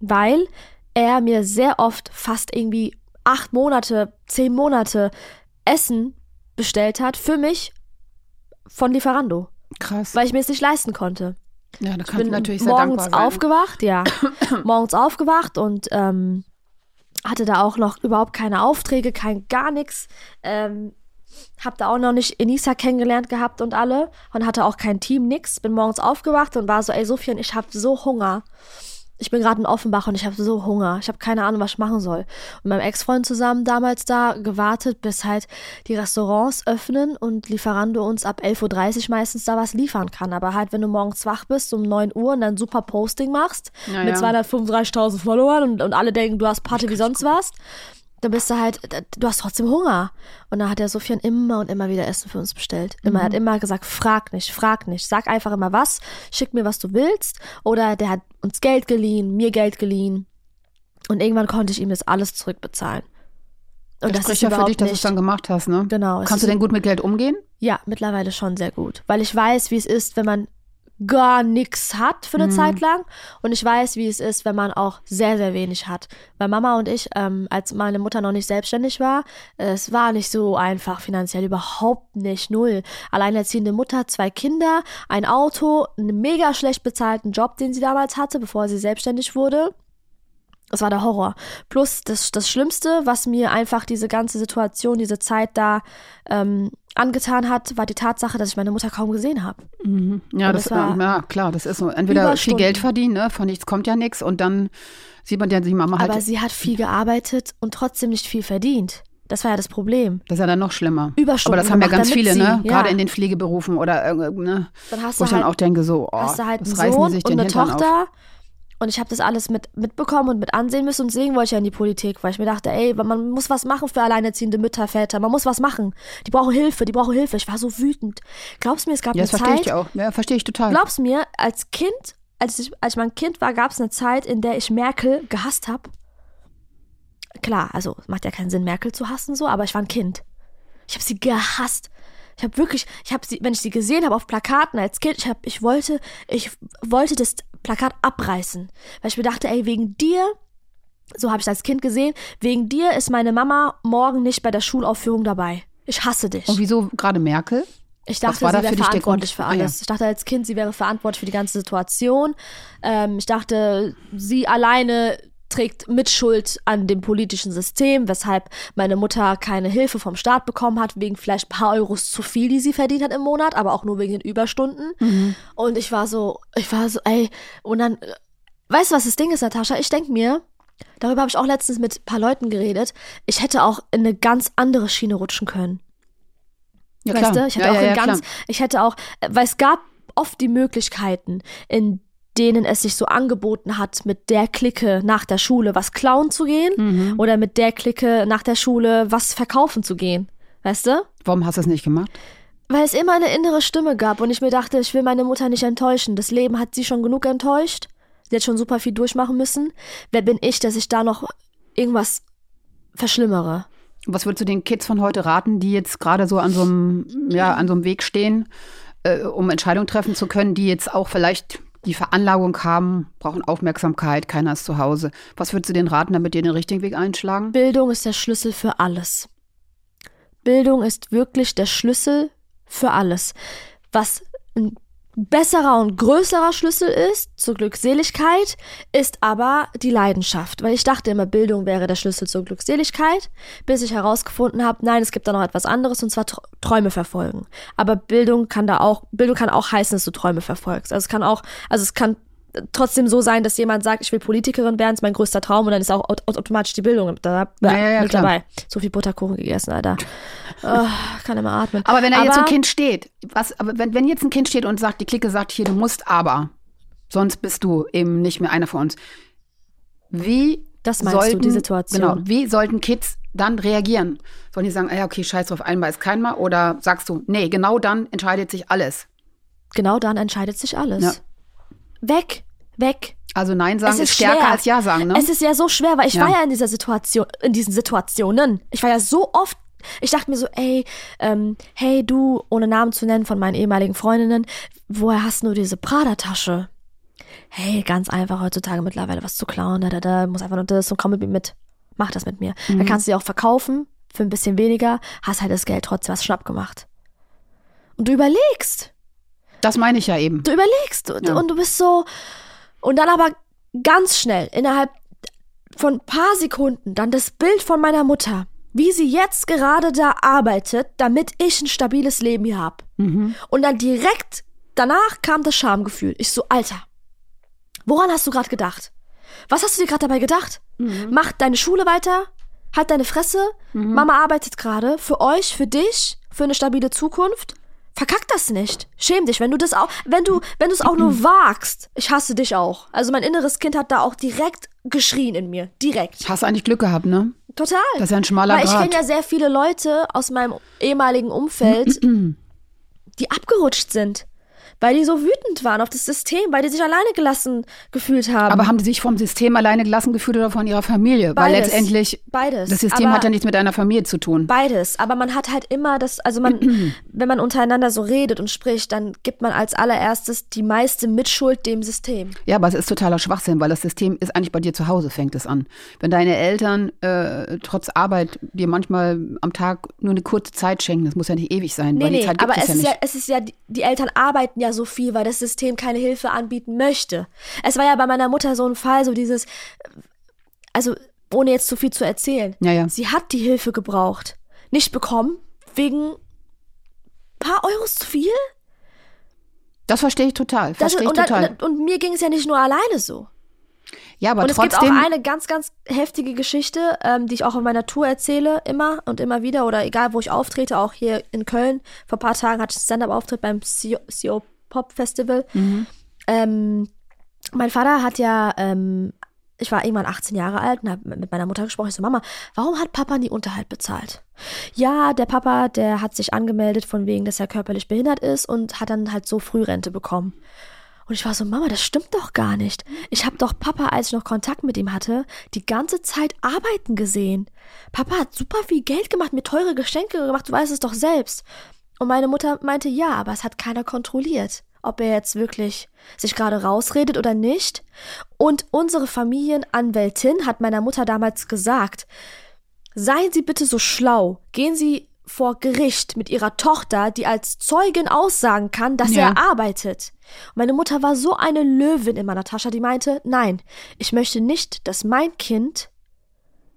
S2: weil er mir sehr oft fast irgendwie acht Monate, zehn Monate Essen bestellt hat für mich von Lieferando,
S3: Krass.
S2: weil ich mir es nicht leisten konnte
S3: ja, da kannst du natürlich sehr
S2: morgens
S3: dankbar sein.
S2: aufgewacht,
S3: (coughs)
S2: ja. morgens aufgewacht und ähm, hatte da auch noch überhaupt keine Aufträge, kein gar nichts. Ähm, Hab da auch noch nicht Enisa kennengelernt gehabt und alle und hatte auch kein Team, nix. Bin morgens aufgewacht und war so, ey Sofian, ich hab so Hunger. Ich bin gerade in Offenbach und ich habe so Hunger. Ich habe keine Ahnung, was ich machen soll. Und mit meinem Ex-Freund zusammen damals da gewartet, bis halt die Restaurants öffnen und Lieferando uns ab 11.30 Uhr meistens da was liefern kann. Aber halt, wenn du morgens wach bist um 9 Uhr und dann super Posting machst
S3: Ja,
S2: mit
S3: ja.
S2: 235.000 Followern und, und alle denken, du hast Party wie sonst was, dann bist du halt, du hast trotzdem Hunger. Und dann hat der Sofian immer und immer wieder Essen für uns bestellt. Immer, er
S3: Mhm.
S2: hat immer gesagt, frag nicht, frag nicht, sag einfach immer was, schick mir, was du willst. Oder der hat uns Geld geliehen, mir Geld geliehen. Und irgendwann konnte ich ihm das alles zurückbezahlen. Und das, ist
S3: spricht ja für
S2: überhaupt
S3: dich, dass du es
S2: nicht.
S3: dann gemacht hast, ne?
S2: Genau, es
S3: Kannst du
S2: ist-
S3: denn gut mit Geld umgehen?
S2: Ja, mittlerweile schon sehr gut. Weil ich weiß, wie es ist, wenn man gar nichts hat für eine Zeit lang. Und ich weiß, wie es ist, wenn man auch sehr, sehr wenig hat. Weil Mama und ich, ähm, als meine Mutter noch nicht selbstständig war, es war nicht so einfach finanziell, überhaupt nicht, null. Alleinerziehende Mutter, zwei Kinder, ein Auto, einen mega schlecht bezahlten Job, den sie damals hatte, bevor sie selbstständig wurde. Es war der Horror. Plus das, das Schlimmste, was mir einfach diese ganze Situation, diese Zeit da ähm, angetan hat, war die Tatsache, dass ich meine Mutter kaum gesehen habe.
S3: Ja,
S2: Und
S3: das, ähm,
S2: das war
S3: ja, klar, das ist so. Entweder viel
S2: Überstunden.
S3: Geld verdienen, ne? von nichts kommt ja nichts und dann sieht man ja die Mama halt.
S2: Aber sie hat viel gearbeitet und trotzdem nicht viel verdient. Das war ja das Problem.
S3: das ist ja dann noch schlimmer.
S2: Überstunden
S3: Aber das haben ja
S2: gemacht,
S3: ganz
S2: damit
S3: viele,
S2: sie-
S3: ne?
S2: ja.
S3: Gerade in den Pflegeberufen oder äh, ne?
S2: Dann hast
S3: Wo ich
S2: du
S3: dann
S2: halt,
S3: auch denke, so, oh,
S2: hast du halt einen
S3: das reißen die
S2: Sohn
S3: sich
S2: und
S3: den
S2: eine
S3: Hintern auf.
S2: Tochter. Und ich habe das alles mit, mitbekommen und mit ansehen müssen. Und deswegen wollte ich ja in die Politik, weil ich mir dachte, ey, man muss was machen für alleinerziehende Mütter, Väter. Man muss was machen. Die brauchen Hilfe, die brauchen Hilfe. Ich war so wütend. Glaubst mir, es gab
S3: Ja,
S2: eine
S3: das verstehe
S2: Zeit,
S3: ich auch. Ja, verstehe ich total.
S2: Glaubst mir, als Kind, als ich, als ich mein Kind war, gab es eine Zeit, in der ich Merkel gehasst habe. Klar, also macht ja keinen Sinn, Merkel zu hassen so, aber ich war ein Kind. Ich habe sie gehasst. Ich habe wirklich, ich habe sie, wenn ich sie gesehen habe auf Plakaten als Kind, ich habe, ich wollte, ich wollte das Plakat abreißen, weil ich mir dachte, ey, wegen dir, so habe ich das als Kind gesehen, wegen dir ist meine Mama morgen nicht bei der Schulaufführung dabei. Ich hasse dich.
S3: und wieso gerade Merkel?
S2: Ich
S3: Was
S2: dachte,
S3: war da
S2: sie wäre
S3: für dich der
S2: verantwortlich für
S3: Grund? Ah, ja.
S2: alles. Ich dachte als Kind, sie wäre verantwortlich für die ganze Situation. Ähm, ich dachte, sie alleine trägt Mitschuld an dem politischen System, weshalb meine Mutter keine Hilfe vom Staat bekommen hat, wegen vielleicht ein paar Euros zu viel, die sie verdient hat im Monat, aber auch nur wegen den Überstunden.
S3: Mhm.
S2: Und ich war so, ich war so, ey, und dann, äh, weißt du, was das Ding ist, Natascha? Ich denke mir, darüber habe ich auch letztens mit ein paar Leuten geredet, ich hätte auch in eine ganz andere Schiene rutschen können.
S3: Ja,
S2: Weißt du, ich hätte
S3: ja,
S2: auch
S3: ja,
S2: in
S3: ja,
S2: ganz,
S3: klar.
S2: ich hätte auch, äh, weil es gab oft die Möglichkeiten, in denen es sich so angeboten hat, mit der Clique nach der Schule was klauen zu gehen
S3: Mhm.
S2: oder mit der Clique nach der Schule was verkaufen zu gehen. Weißt du?
S3: Warum hast du es nicht gemacht?
S2: Weil es immer eine innere Stimme gab und ich mir dachte, ich will meine Mutter nicht enttäuschen. Das Leben hat sie schon genug enttäuscht. Sie hat schon super viel durchmachen müssen. Wer bin ich, dass ich da noch irgendwas verschlimmere?
S3: Was würdest du den Kids von heute raten, die jetzt gerade so an so einem, ja, an so einem Weg stehen, äh, um Entscheidungen treffen zu können, die jetzt auch vielleicht die Veranlagung haben, brauchen Aufmerksamkeit, keiner ist zu Hause. Was würdest du denen raten, damit die den richtigen Weg einschlagen?
S2: Bildung ist der Schlüssel für alles. Bildung ist wirklich der Schlüssel für alles. Was ein besserer und größerer Schlüssel ist zur Glückseligkeit, ist aber die Leidenschaft. Weil ich dachte immer, Bildung wäre der Schlüssel zur Glückseligkeit, bis ich herausgefunden habe, nein, es gibt da noch etwas anderes und zwar Tr- Träume verfolgen. Aber Bildung kann da auch, Bildung kann auch heißen, dass du Träume verfolgst. Also es kann auch, also es kann trotzdem so sein, dass jemand sagt, ich will Politikerin werden, ist mein größter Traum und dann ist auch aut- aut- automatisch die Bildung da, da,
S3: Ja, ja, ja,
S2: mit
S3: klar.
S2: dabei. So viel Butterkuchen gegessen, Alter. Oh, kann immer atmen.
S3: Aber wenn da jetzt so ein
S2: Aber-
S3: Kind steht, was, aber wenn, wenn jetzt ein Kind steht und sagt, die Clique sagt hier, du musst aber, sonst bist du eben nicht mehr einer von uns. Wie
S2: Das meinst du,
S3: sollten,
S2: die Situation?
S3: Genau, wie sollten Kids dann reagieren? Sollen die sagen, ah ja, okay, scheiß drauf, einmal ist kein Mal? Oder sagst du, nee, genau dann entscheidet sich alles.
S2: genau dann entscheidet sich alles.
S3: Ja.
S2: Weg, weg.
S3: Also Nein sagen
S2: es
S3: ist,
S2: ist
S3: stärker
S2: schwer.
S3: als Ja sagen, ne?
S2: Es ist ja so schwer, weil ich
S3: Ja.
S2: war ja in dieser Situation, in diesen Situationen. Ich war ja so oft. Ich dachte mir so, ey, ähm, hey du, ohne Namen zu nennen von meinen ehemaligen Freundinnen, woher hast du diese Prada-Tasche? Hey, ganz einfach heutzutage mittlerweile was zu klauen, da, da, da, muss einfach nur das und komm mit mir mit. Mach das mit mir.
S3: Mhm.
S2: Dann kannst du sie auch verkaufen für ein bisschen weniger, hast halt das Geld trotzdem was schnapp gemacht. Und du überlegst
S3: das meine ich ja eben.
S2: du überlegst und,
S3: Hm. Ja.
S2: und du bist so und dann aber ganz schnell innerhalb von ein paar Sekunden dann das Bild von meiner Mutter wie sie jetzt gerade da arbeitet, damit ich ein stabiles Leben hier hab. Und dann direkt danach kam das Schamgefühl. Ich so, Alter, woran hast du gerade gedacht? Was hast du dir gerade dabei gedacht? Mach deine Schule weiter, halt deine Fresse.
S3: Mhm.
S2: Mama arbeitet gerade für euch, für dich, für eine stabile Zukunft. Verkack das nicht. Schäm dich, wenn du das auch, wenn du, wenn du es auch
S3: (clears throat)
S2: nur wagst. Ich hasse dich auch. Also mein inneres Kind hat da auch direkt geschrien in mir, direkt.
S3: Hast eigentlich Glück gehabt, ne?
S2: Total.
S3: Das ist ja ein schmaler
S2: Weil ich
S3: Grad.
S2: kenne ja sehr viele Leute aus meinem ehemaligen
S3: (clears throat)
S2: Umfeld, die abgerutscht sind, weil die so wütend waren auf das System, weil die sich alleine gelassen gefühlt haben.
S3: Aber haben sie sich vom System alleine gelassen gefühlt oder von ihrer Familie? Weil
S2: Beides.
S3: letztendlich
S2: Beides.
S3: das System
S2: Aber-
S3: hat ja nichts mit deiner Familie zu tun.
S2: Beides, aber man hat halt immer das, also
S3: (clears throat)
S2: man, wenn man untereinander so redet und spricht, dann gibt man als allererstes die meiste Mitschuld dem System.
S3: Ja, aber es ist totaler Schwachsinn, weil das System ist eigentlich bei dir zu Hause, fängt es an. Wenn deine Eltern äh, trotz Arbeit dir manchmal am Tag nur eine kurze Zeit schenken, das muss ja nicht ewig sein,
S2: Nee,
S3: weil die
S2: nee,
S3: Zeit gibt
S2: aber es
S3: es ja
S2: ist
S3: nicht.
S2: ja, es ist ja, die- die Eltern arbeiten ja so viel, weil das System keine Hilfe anbieten möchte. Es war ja bei meiner Mutter so ein Fall, so dieses, also ohne jetzt zu viel zu erzählen.
S3: Ja, ja.
S2: Sie hat die Hilfe gebraucht, nicht bekommen, wegen paar Euros zu viel.
S3: das verstehe ich total.
S2: Das ist,
S3: Verstehe ich
S2: und, dann-
S3: total.
S2: und, und mir ging es ja nicht nur alleine so.
S3: ja, aber
S2: und es gibt auch
S3: trotzdem.
S2: eine ganz, ganz heftige Geschichte, ähm, die ich auch auf meiner Tour erzähle, immer und immer wieder oder egal, wo ich auftrete, auch hier in Köln. Vor ein paar Tagen hatte ich einen Stand-Up-Auftritt beim CO CO Pop Festival.
S3: Mhm.
S2: Ähm, mein Vater hat ja, ähm, ich war irgendwann 18 Jahre alt und habe mit meiner Mutter gesprochen. Ich so, Mama, warum hat Papa nie Unterhalt bezahlt? Ja, der Papa, der hat sich angemeldet von wegen, dass er körperlich behindert ist und hat dann halt so Frührente bekommen. Und ich war so, Mama, das stimmt doch gar nicht. Ich habe doch Papa, als ich noch Kontakt mit ihm hatte, die ganze Zeit arbeiten gesehen. Papa hat super viel Geld gemacht, mir teure Geschenke gemacht, du weißt es doch selbst. Und meine Mutter meinte, ja, aber es hat keiner kontrolliert, ob er jetzt wirklich sich gerade rausredet oder nicht. Und unsere Familienanwältin hat meiner Mutter damals gesagt, Seien Sie bitte so schlau. Gehen Sie vor Gericht mit Ihrer Tochter, die als Zeugin aussagen kann, dass
S3: Ja.
S2: er arbeitet. Und meine Mutter war so eine Löwin in meiner Tasche, die meinte, nein, ich möchte nicht, dass mein Kind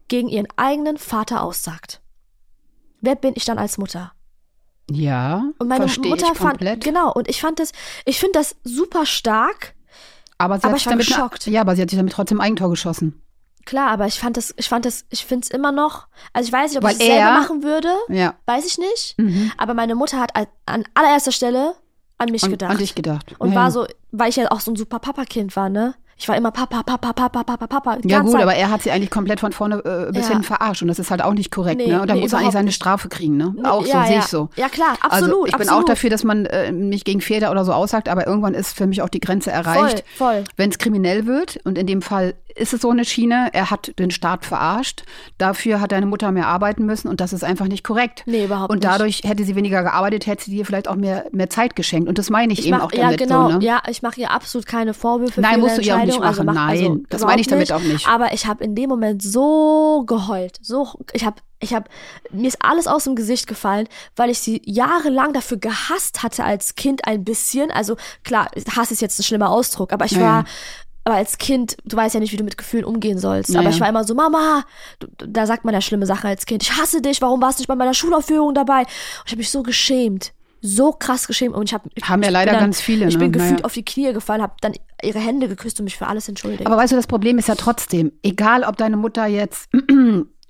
S2: gegen ihren eigenen Vater aussagt. Wer bin ich dann als Mutter?
S3: ja,
S2: Und meine
S3: verstehe
S2: Mutter
S3: ich
S2: fand
S3: komplett.
S2: genau und ich fand das ich finde das super stark.
S3: aber sie
S2: aber
S3: hat
S2: ich
S3: sich
S2: war
S3: damit
S2: geschockt.
S3: ja, aber sie hat sich damit trotzdem Eigentor geschossen.
S2: Klar, aber ich fand das ich fand das ich finde es immer noch, also ich weiß nicht, ob
S3: Weil
S2: ich es selber
S3: er-
S2: machen würde.
S3: Ja.
S2: Weiß ich nicht. Aber meine Mutter hat al- an allererster Stelle an mich
S3: An,
S2: gedacht.
S3: an dich gedacht.
S2: Und
S3: ja, ja.
S2: war so, weil ich ja auch so ein super Papa-Kind war, ne? Ich war immer Papa, Papa, Papa, Papa, Papa.
S3: Ja
S2: Ganz
S3: gut,
S2: Zeit.
S3: aber er hat sie eigentlich komplett von vorne äh, bis
S2: Ja.
S3: hinten verarscht und das ist halt auch nicht korrekt.
S2: Nee,
S3: ne? Und da
S2: nee,
S3: muss er eigentlich
S2: überhaupt
S3: seine
S2: nicht.
S3: Strafe kriegen. Ne? Auch so
S2: ja,
S3: sehe
S2: ja.
S3: ich so.
S2: Ja, klar,
S3: Also
S2: absolut,
S3: ich bin auch
S2: absolut.
S3: dafür, dass man äh, nicht gegen Väter oder so aussagt, aber irgendwann ist für mich auch die Grenze erreicht.
S2: voll.
S3: Wenn es kriminell wird und in dem Fall ist es so eine Schiene, er hat den Staat verarscht, dafür hat deine Mutter mehr arbeiten müssen und das ist einfach nicht korrekt.
S2: Nee, überhaupt
S3: und dadurch hätte sie weniger gearbeitet, hätte sie dir vielleicht auch mehr, mehr Zeit geschenkt und das meine ich,
S2: Ich
S3: eben
S2: mach,
S3: auch damit
S2: ja, genau.
S3: so. Ne?
S2: Ja, ich mache ihr absolut keine Vorwürfe.
S3: Nein,
S2: für ihre
S3: musst du ihr auch nicht
S2: Entscheidung, also
S3: machen.
S2: mach- also
S3: Nein, das meine ich damit
S2: überhaupt
S3: auch nicht.
S2: Aber ich habe in dem Moment so geheult. So, ich habe, ich habe, mir ist alles aus dem Gesicht gefallen, weil ich sie jahrelang dafür gehasst hatte als Kind ein bisschen. Also klar, Hass ist jetzt ein schlimmer Ausdruck, aber ich
S3: Ja, ja.
S2: war. Aber als Kind, du weißt ja nicht, wie du mit Gefühlen umgehen sollst.
S3: Ja,
S2: aber
S3: ja.
S2: ich war immer so, Mama, du- du- da sagt man ja schlimme Sachen als Kind. Ich hasse dich, warum warst du nicht bei meiner Schulaufführung dabei? Und ich habe mich so geschämt. So krass geschämt. Und ich hab, ich
S3: Haben ja
S2: ich
S3: leider
S2: bin dann,
S3: ganz viele,
S2: Ich
S3: ne?
S2: bin gefühlt
S3: Naja.
S2: auf die Knie gefallen, habe dann ihre Hände geküsst und mich für alles entschuldigt.
S3: Aber weißt du, das Problem ist ja trotzdem, egal ob deine Mutter jetzt (clears throat)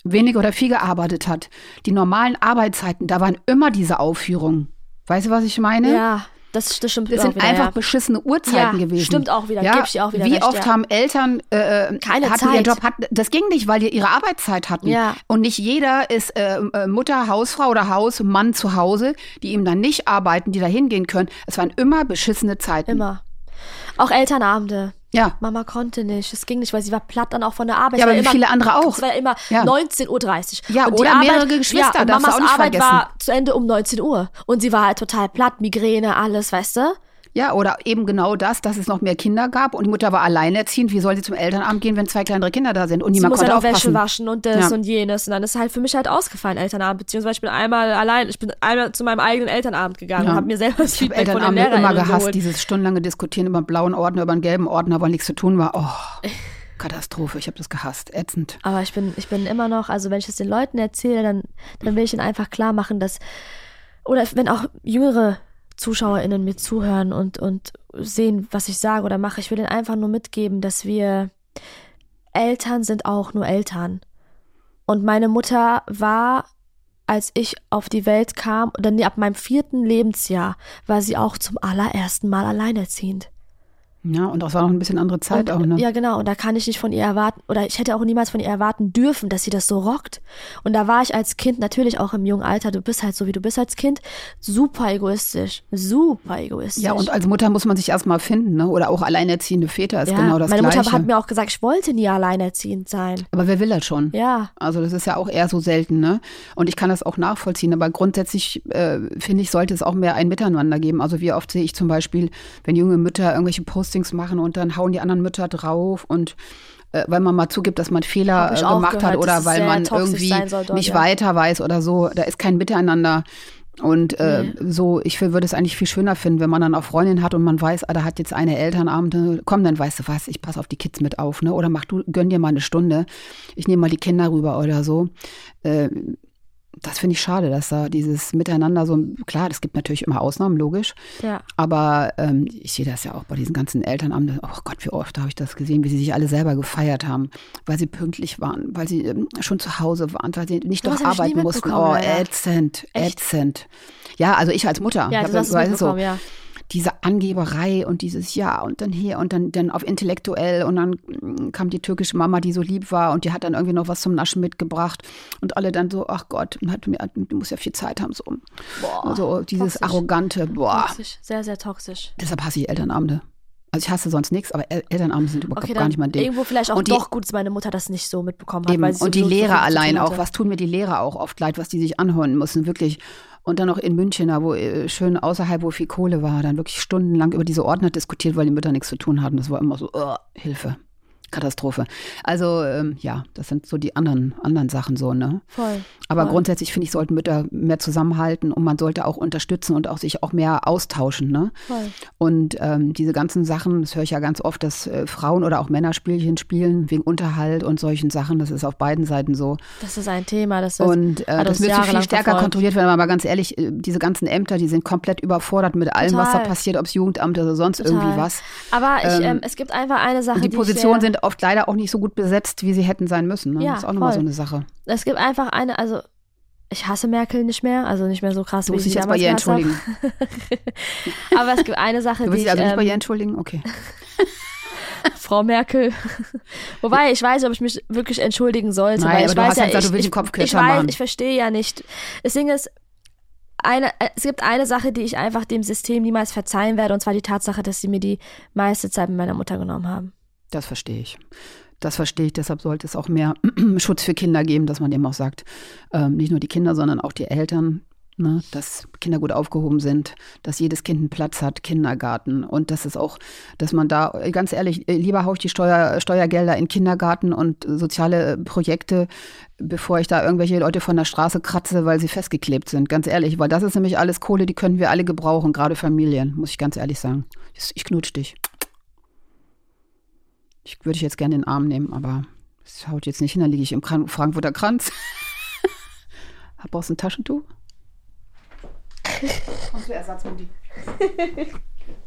S3: wenig oder viel gearbeitet hat, die normalen Arbeitszeiten, da waren immer diese Aufführungen. Weißt du, was ich meine?
S2: ja, das, das stimmt
S3: Mhm. Das
S2: auch
S3: sind
S2: wieder,
S3: einfach
S2: ja.
S3: beschissene Uhrzeiten
S2: Ja,
S3: gewesen.
S2: stimmt auch wieder, geb ich dir auch wieder
S3: Wie
S2: recht, ja.
S3: oft haben Eltern äh, äh,
S2: Keine
S3: hatten
S2: Zeit.
S3: ihren Job, hatten, das ging nicht, weil die ihre Arbeitszeit hatten.
S2: Ja.
S3: Und nicht jeder ist äh, äh, Mutter, Hausfrau oder Hausmann zu Hause, die eben dann nicht arbeiten, die da hingehen können. Es waren immer beschissene Zeiten.
S2: Immer. Auch Elternabende.
S3: Ja.
S2: Mama konnte nicht. Es ging nicht, weil sie war platt dann auch von der Arbeit.
S3: Ja,
S2: Es
S3: aber
S2: war
S3: wie
S2: immer,
S3: viele andere auch.
S2: Es war immer
S3: Ja.
S2: 19.30 Uhr.
S3: Ja,
S2: und die
S3: oder
S2: Arbeit,
S3: mehrere Geschwister,
S2: Ja, und
S3: darfst du
S2: Mamas
S3: auch nicht
S2: Arbeit
S3: vergessen.
S2: war zu Ende um 19 Uhr. Und sie war halt total platt, Migräne, alles, weißt du?
S3: Ja, oder eben genau das, dass es noch mehr Kinder gab und die Mutter war alleinerziehend. Wie soll sie zum Elternamt gehen, wenn zwei kleinere Kinder da sind und
S2: sie
S3: niemand
S2: muss ja
S3: konnte
S2: noch Wäsche
S3: aufpassen?
S2: waschen und das
S3: Ja.
S2: und jenes. Und dann ist halt für mich halt ausgefallen, Elternabend. Beziehungsweise ich bin einmal allein, ich bin einmal zu meinem eigenen Elternabend gegangen
S3: Ja.
S2: und habe mir selber das
S3: Ich habe
S2: Feedback von den
S3: Elternabend
S2: Lehrern
S3: immer gehasst,
S2: geholt. (laughs)
S3: dieses stundenlange Diskutieren über einen blauen Ordner, über einen gelben Ordner, weil nichts zu tun war. Oh Katastrophe, ich habe das gehasst, ätzend.
S2: Aber ich bin, ich bin immer noch, also wenn ich es den Leuten erzähle, dann, dann will ich ihnen einfach klar machen, dass, oder wenn auch jüngere ZuschauerInnen mir zuhören und, und sehen, was ich sage oder mache, ich will ihnen einfach nur mitgeben, dass wir Eltern sind auch nur Eltern. Und meine Mutter war, als ich auf die Welt kam, oder nee, ab meinem vierten Lebensjahr, war sie auch zum allerersten Mal alleinerziehend.
S3: Ja, und das war noch ein bisschen andere Zeit
S2: und,
S3: auch, ne?
S2: Ja, genau. Und da kann ich nicht von ihr erwarten, oder ich hätte auch niemals von ihr erwarten dürfen, dass sie das so rockt. Und da war ich als Kind natürlich auch im jungen Alter, du bist halt so wie du bist als Kind, super egoistisch. Super egoistisch.
S3: Ja, und als Mutter muss man sich erstmal finden, ne? Oder auch alleinerziehende Väter ist
S2: Ja,
S3: genau das
S2: Meine
S3: Gleiche.
S2: Mutter hat mir auch gesagt, ich wollte nie alleinerziehend sein.
S3: aber wer will das schon?
S2: Ja.
S3: Also das ist ja auch eher so selten, ne? Und ich kann das auch nachvollziehen, aber grundsätzlich äh, finde ich, sollte es auch mehr ein Miteinander geben. Also wie oft sehe ich zum Beispiel, wenn junge Mütter irgendwelche Postings machen und dann hauen die anderen Mütter drauf und äh, weil man mal zugibt, dass man Fehler
S2: Hab
S3: äh,
S2: ich auch
S3: gemacht
S2: gehört,
S3: hat
S2: dass
S3: oder
S2: es
S3: weil
S2: sehr
S3: man
S2: toxisch
S3: irgendwie
S2: sein soll dort,
S3: nicht
S2: ja.
S3: weiter weiß oder so. Da ist kein Miteinander. Und äh, so, ich will- würde es eigentlich viel schöner finden, wenn man dann auch Freundin hat und man weiß, ah, da hat jetzt eine Elternabende, komm, dann weißt du was, ich passe auf die Kids mit auf, ne? Oder mach du, gönn dir mal eine Stunde, ich nehme mal die Kinder rüber oder so. Äh, das finde ich schade, dass da dieses Miteinander so, klar, es gibt natürlich immer Ausnahmen, logisch,
S2: Ja.
S3: aber ähm, ich sehe das ja auch bei diesen ganzen Elternabenden. Oh Gott, wie oft habe ich das gesehen, wie sie sich alle selber gefeiert haben, weil sie pünktlich waren, weil sie ähm, schon zu Hause waren, weil sie nicht
S2: Sowas
S3: noch
S2: hab ich nie
S3: arbeiten mussten.
S2: mitbekommen,
S3: Oh,
S2: leider.
S3: ätzend,
S2: Echt?
S3: ätzend. Ja, also ich als Mutter.
S2: Ja,
S3: ich
S2: du hast es
S3: weißt du,
S2: mitbekommen, ja.
S3: diese Angeberei und dieses Ja und dann hier und dann, dann auf intellektuell und dann mm, kam die türkische Mama, die so lieb war und die hat dann irgendwie noch was zum Naschen mitgebracht und alle dann so, ach Gott, hat, mir- hat, du musst ja viel Zeit haben. So,
S2: Boah,
S3: so dieses
S2: toxisch.
S3: arrogante, boah.
S2: Toxisch, sehr, sehr toxisch.
S3: Deshalb hasse ich Elternabende. Also ich hasse sonst nichts, aber El Elternabende sind überhaupt
S2: Okay,
S3: gar
S2: dann
S3: nicht mein Ding.
S2: irgendwo vielleicht auch
S3: Und die-
S2: doch gut, dass meine Mutter das nicht so mitbekommen hat.
S3: Eben.
S2: Weil sie
S3: Und die
S2: so viel zu tun
S3: Lehrer allein
S2: hatte.
S3: auch. Was tun mir die Lehrer auch oft leid, was die sich anhören müssen, wirklich. Und dann noch in München, da wo äh, schön außerhalb, wo viel Kohle war, dann wirklich stundenlang über diese Ordner diskutiert, weil die Mütter nichts zu tun hatten. Das war immer so, oh, Hilfe, Katastrophe. Also ähm, ja, das sind so die anderen, anderen Sachen so, ne?
S2: Voll.
S3: Aber
S2: Voll.
S3: grundsätzlich finde ich, sollten Mütter mehr zusammenhalten und man sollte auch unterstützen und auch sich auch mehr austauschen, ne?
S2: Voll.
S3: Und ähm, diese ganzen Sachen, das höre ich ja ganz oft, dass äh, Frauen oder auch Männer Spielchen spielen wegen Unterhalt und solchen Sachen. Das ist auf beiden Seiten so.
S2: Das ist ein Thema, das ist.
S3: Und äh,
S2: hat uns
S3: das müsste viel
S2: jahrelang
S3: stärker
S2: verfolgt.
S3: kontrolliert werden. Aber ganz ehrlich, äh, diese ganzen Ämter, die sind komplett überfordert mit allem, was da
S2: Total.
S3: passiert, ob es Jugendamt oder sonst
S2: Total.
S3: irgendwie was.
S2: Aber ich,
S3: ähm,
S2: ähm, es gibt einfach eine Sache,
S3: Und die
S2: ich
S3: Positionen
S2: sehr-
S3: sind oft leider auch nicht so gut besetzt, wie sie hätten sein müssen. Ne?
S2: Ja,
S3: das ist auch nochmal
S2: voll.
S3: so eine Sache.
S2: Es gibt einfach eine, also ich hasse Merkel nicht mehr, also nicht mehr so krass
S3: Du
S2: wie
S3: musst
S2: ich sie
S3: dich jetzt bei
S2: damals
S3: ihr
S2: gehasst habe.
S3: entschuldigen.
S2: Aber es gibt eine Sache, die (laughs)
S3: Du willst
S2: ich,
S3: dich also nicht bei ihr
S2: ähm,
S3: entschuldigen? Okay.
S2: Frau Merkel. (laughs) Wobei ich weiß, nicht, ob ich mich wirklich entschuldigen sollte,
S3: Nein,
S2: weil
S3: aber
S2: ich
S3: du
S2: weiß
S3: hast
S2: ja,
S3: ja gesagt,
S2: ich,
S3: du willst
S2: ich,
S3: den Kopf
S2: ich
S3: kürzer
S2: weiß,
S3: machen.
S2: ich verstehe ja nicht. Das Ding ist, eine, äh, es gibt eine Sache, die ich einfach dem System niemals verzeihen werde, und zwar die Tatsache, dass sie mir die meiste Zeit mit meiner Mutter genommen haben.
S3: Das verstehe ich. Das verstehe ich. Deshalb sollte es auch mehr (clears throat) Schutz für Kinder geben, dass man eben auch sagt, ähm, nicht nur die Kinder, sondern auch die Eltern, ne, dass Kinder gut aufgehoben sind, dass jedes Kind einen Platz hat, Kindergarten und dass es auch, dass man da, äh, ganz ehrlich, äh, lieber haue ich die Steuer, Steuergelder in Kindergarten und äh, soziale äh, Projekte, bevor ich da irgendwelche Leute von der Straße kratze, weil sie festgeklebt sind. Ganz ehrlich, weil das ist nämlich alles Kohle, die können wir alle gebrauchen, gerade Familien, muss ich ganz ehrlich sagen. Ich- Ich knutsch dich. Ich würde ich jetzt gerne in den Arm nehmen, aber es haut jetzt nicht hin, dann liege ich im Kran Frankfurter Kranz. (laughs) Brauchst du
S2: (laughs)
S3: ein Taschentuch? Kommst du (laughs) Ersatzmutti?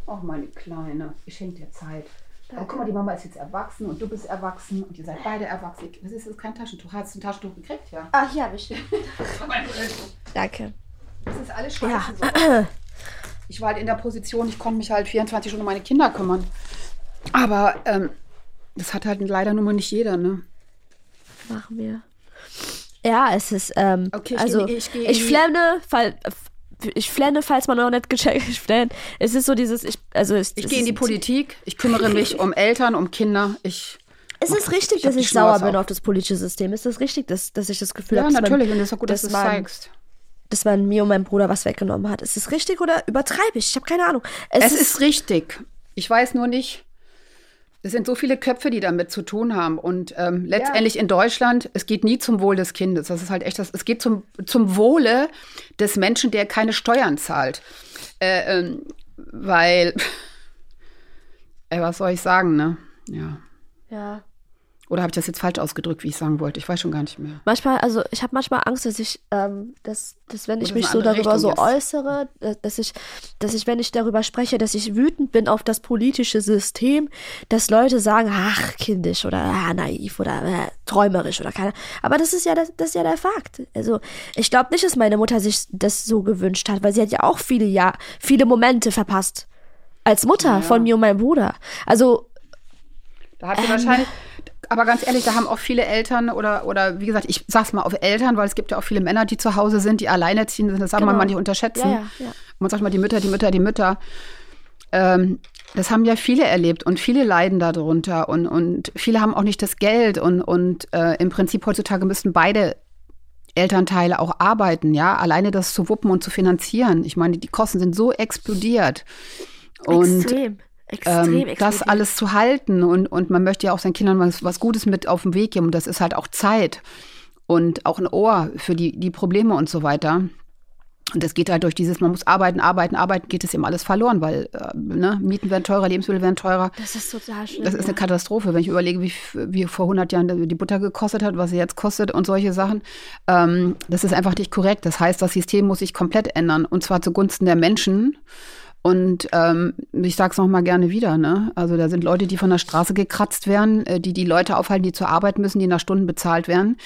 S3: Oh, meine Kleine, ich schenke dir Zeit. Aber guck mal, die Mama ist jetzt erwachsen und du bist erwachsen und ihr seid beide erwachsen. Ich- Das ist jetzt kein Taschentuch. Hast du ein Taschentuch gekriegt? Ja.
S2: Ah, hier
S3: (laughs)
S2: habe ich. Danke.
S3: Das ist alles scheiße. so. Ich war halt in der Position, ich konnte mich halt 24 Stunden um meine Kinder kümmern. Aber ähm, das hat halt leider nur mal nicht jeder, ne?
S2: Machen wir. Ja, es ist, ähm,
S3: Okay, ich
S2: also
S3: geh- ich geh-
S2: flenne, fall, ich flenne, falls man noch nicht gecheckt (laughs) hat, flenne. Es ist so dieses, ich, also es,
S3: Ich
S2: es
S3: gehe in die
S2: ist-
S3: Politik, ich kümmere mich um Eltern, um Kinder. Ich,
S2: Es ist richtig,
S3: hab
S2: dass
S3: die
S2: ich sauer
S3: Schnauze
S2: bin
S3: auf.
S2: auf das politische System. Es ist richtig, dass, dass ich das Gefühl
S3: ja,
S2: habe, dass,
S3: natürlich,
S2: man,
S3: und das ist doch gut, dass du es
S2: man-
S3: zeigst.
S2: dass man mir und meinem Bruder was weggenommen hat. Ist es richtig oder übertreibe ich? Ich habe keine Ahnung. Es,
S3: Es ist richtig. Ich weiß nur nicht, es sind so viele Köpfe, die damit zu tun haben. Und ähm, letztendlich in Deutschland, es geht nie zum Wohl des Kindes. Das ist halt echt das. Es geht zum, zum Wohle des Menschen, der keine Steuern zahlt. Äh, ähm, (laughs) weil, ey, was soll ich sagen, ne? Ja.
S2: ja.
S3: Oder habe ich das jetzt falsch ausgedrückt, wie ich sagen wollte? Ich weiß schon gar nicht mehr.
S2: Manchmal, also ich habe manchmal Angst, dass ich, ähm, dass, dass wenn ich
S3: Oder
S2: mich
S3: eine
S2: so
S3: andere
S2: darüber so
S3: Richtung
S2: äußere, äh, dass ich, dass ich, wenn ich darüber spreche, dass ich wütend bin auf das politische System, dass Leute sagen, ach, kindisch oder ah, naiv oder äh, träumerisch oder keine. Aber das ist ja das, das ist ja der Fakt. Also ich glaube nicht, dass meine Mutter sich das so gewünscht hat, weil sie hat ja auch viele ja viele Momente verpasst. Als Mutter von mir und meinem Bruder. Also
S3: Da
S2: Ähm,
S3: habt ihr wahrscheinlich. Aber ganz ehrlich, da haben auch viele Eltern oder, oder wie gesagt, ich sag's mal auf Eltern, weil es gibt ja auch viele Männer, die zu Hause sind, die alleinerziehend sind. Das haben man
S2: Genau.
S3: manche unterschätzen.
S2: Ja, ja, ja.
S3: Man sagt mal, die Mütter, die Mütter, die Mütter. Ähm, das haben ja viele erlebt und viele leiden darunter und, und viele haben auch nicht das Geld und, und äh, im Prinzip heutzutage müssen beide Elternteile auch arbeiten, ja, alleine das zu wuppen und zu finanzieren. Ich meine, die Kosten sind so explodiert. Und
S2: extrem, extrem,
S3: ähm, das
S2: explodiert.
S3: alles zu halten. Und, und man möchte ja auch seinen Kindern was, was Gutes mit auf den Weg geben. Und das ist halt auch Zeit und auch ein Ohr für die, die Probleme und so weiter. Und das geht halt durch dieses, man muss arbeiten, arbeiten, arbeiten, geht es eben alles verloren, weil äh, ne, Mieten werden teurer, Lebensmittel werden teurer.
S2: Das ist total schlimm.
S3: Das ist
S2: ja.
S3: eine Katastrophe, wenn ich überlege, wie, f- wie vor 100 Jahren die Butter gekostet hat, was sie jetzt kostet und solche Sachen. Ähm, das ist einfach nicht korrekt. Das heißt, das System muss sich komplett ändern und zwar zugunsten der Menschen. Und ähm, ich sage es nochmal gerne wieder. Ne? Also da sind Leute, die von der Straße gekratzt werden, äh, die die Leute aufhalten, die zur Arbeit müssen, die nach Stunden bezahlt werden.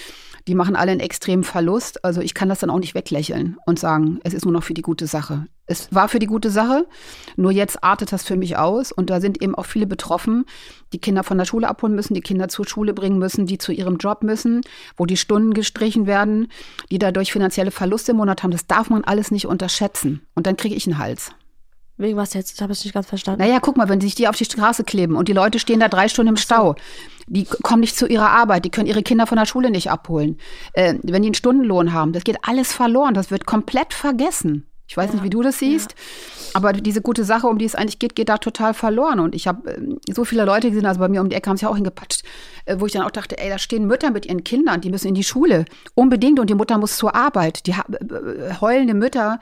S3: Die machen alle einen extremen Verlust. Also ich kann das dann auch nicht weglächeln und sagen, es ist nur noch für die gute Sache. Es war für die gute Sache, nur jetzt artet das für mich aus. Und da sind eben auch viele betroffen, die Kinder von der Schule abholen müssen, die Kinder zur Schule bringen müssen, die zu ihrem Job müssen, wo die Stunden gestrichen werden, die dadurch finanzielle Verluste im Monat haben. Das darf man alles nicht unterschätzen. Und dann kriege ich einen Hals.
S2: Wegen was jetzt? Ich habe es nicht ganz verstanden.
S3: Naja, guck mal, wenn sich die auf die Straße kleben und die Leute stehen da drei Stunden im Stau, die k- kommen nicht zu ihrer Arbeit, die können ihre Kinder von der Schule nicht abholen. Äh, wenn die einen Stundenlohn haben, das geht alles verloren, das wird komplett vergessen. Ich weiß nicht, wie du das siehst, aber diese gute Sache, um die es eigentlich geht, geht da total verloren. Und ich habe ähm, so viele Leute gesehen, also bei mir um die Ecke haben es ja auch hingepatscht, äh, wo ich dann auch dachte, ey, da stehen Mütter mit ihren Kindern, die müssen in die Schule, unbedingt, und die Mutter muss zur Arbeit. Die ha- äh, heulende Mütter,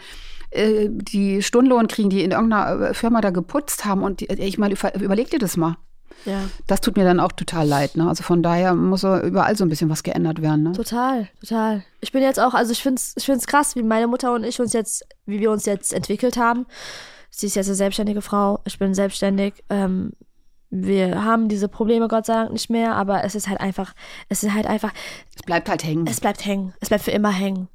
S3: äh, die Stundenlohn kriegen, die in irgendeiner äh, Firma da geputzt haben. Und die- äh, ich meine, über- überleg dir das mal.
S2: Ja.
S3: Das tut mir dann auch total leid. Ne? Also von daher muss so überall so ein bisschen was geändert werden. Ne?
S2: Total, total. Ich bin jetzt auch, also ich find's, ich find's krass, wie meine Mutter und ich uns jetzt, wie wir uns jetzt entwickelt haben. Sie ist jetzt eine selbstständige Frau, ich bin selbstständig. Ähm, wir haben diese Probleme Gott sei Dank nicht mehr, aber es ist halt einfach, es ist halt einfach,
S3: Es bleibt halt hängen.
S2: es bleibt hängen, es bleibt für immer hängen.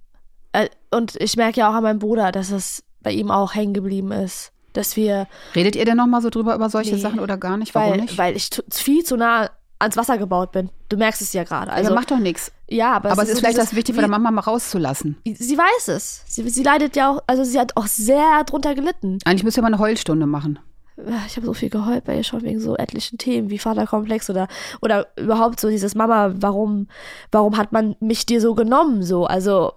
S2: Äh, Und ich merke ja auch an meinem Bruder, dass es bei ihm auch hängen geblieben ist, dass wir
S3: Redet ihr denn noch mal so drüber über solche
S2: Nee,
S3: Sachen oder gar nicht? Warum
S2: weil,
S3: nicht?
S2: weil ich zu- viel zu nah ans Wasser gebaut bin. Du merkst es ja gerade.
S3: Also,
S2: Also,
S3: macht doch nichts.
S2: ja, aber,
S3: Aber es ist,
S2: so
S3: vielleicht
S2: dieses-
S3: das Wichtige
S2: wie-
S3: von der Mama mal rauszulassen.
S2: Sie weiß es. Sie, sie leidet ja auch, also sie hat auch sehr drunter gelitten. Ah,
S3: Eigentlich müsst ihr mal eine Heulstunde machen.
S2: Ich habe so viel geheult bei ihr schon wegen so etlichen Themen wie Vaterkomplex oder oder überhaupt so dieses Mama, warum warum hat man mich dir so genommen so? Also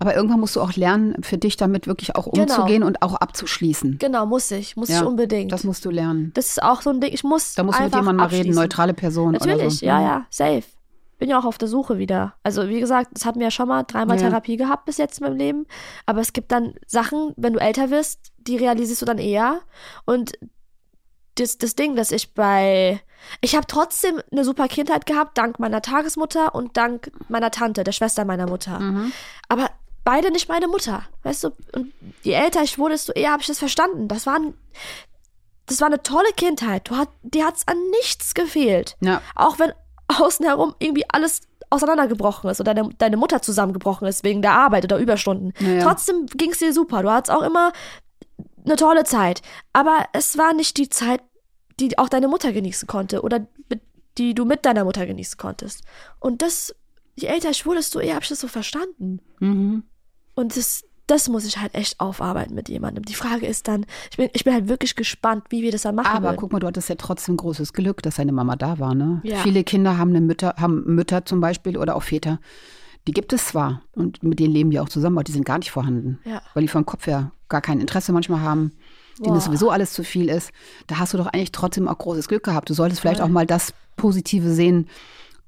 S3: Aber irgendwann musst du auch lernen, für dich damit wirklich auch
S2: Genau.
S3: umzugehen und auch abzuschließen.
S2: genau, muss ich, muss
S3: Ja,
S2: ich unbedingt.
S3: Das
S2: Das,
S3: musst du lernen.
S2: ist auch so ein Ding, ich muss
S3: Da musst du mit
S2: einfach
S3: jemandem mal reden,
S2: abschließen.
S3: neutrale Person oder
S2: Natürlich,
S3: so. Mhm.
S2: ja, ja, safe. Bin ja auch auf der Suche wieder. Also, wie gesagt, das hatten wir ja schon mal dreimal
S3: Ja.
S2: Therapie gehabt bis jetzt in meinem Leben. Aber es gibt dann Sachen, wenn du älter wirst, die realisierst du dann eher. Und das, das Ding, dass ich bei. Ich habe trotzdem eine super Kindheit gehabt, dank meiner Tagesmutter und dank meiner Tante, der Schwester meiner Mutter.
S3: Mhm.
S2: Aber beide nicht meine Mutter. Weißt du, und je älter ich wurde, desto eher habe ich das verstanden. Das waren. Das war eine tolle Kindheit. Du hat, dir hat's an nichts gefehlt
S3: Ja,
S2: auch wenn außen herum irgendwie alles auseinandergebrochen ist oder deine, deine Mutter zusammengebrochen ist wegen der Arbeit oder Überstunden.
S3: Ja, ja.
S2: Trotzdem ging es dir super. Du hattest auch immer eine tolle Zeit. Aber es war nicht die Zeit, die auch deine Mutter genießen konnte oder mit, die du mit deiner Mutter genießen konntest. Und das, je älter ich wurde, desto eher habe ich das so verstanden.
S3: Mhm.
S2: Und das, das muss ich halt echt aufarbeiten mit jemandem. Die Frage ist dann, ich bin, ich bin halt wirklich gespannt, wie wir das dann machen
S3: Aber
S2: würden.
S3: guck mal, du hattest ja trotzdem großes Glück, dass deine Mama da war. Ne?
S2: Ja.
S3: Viele Kinder haben, eine Mütter, haben Mütter zum Beispiel oder auch Väter. Die gibt es zwar und mit denen leben die auch zusammen, aber die sind gar nicht vorhanden,
S2: Ja.
S3: weil die vom Kopf her gar kein Interesse manchmal haben, denen das
S2: Boah.
S3: sowieso alles zu viel ist. Da hast du doch eigentlich trotzdem auch großes Glück gehabt. Du solltest vielleicht auch mal das Positive sehen,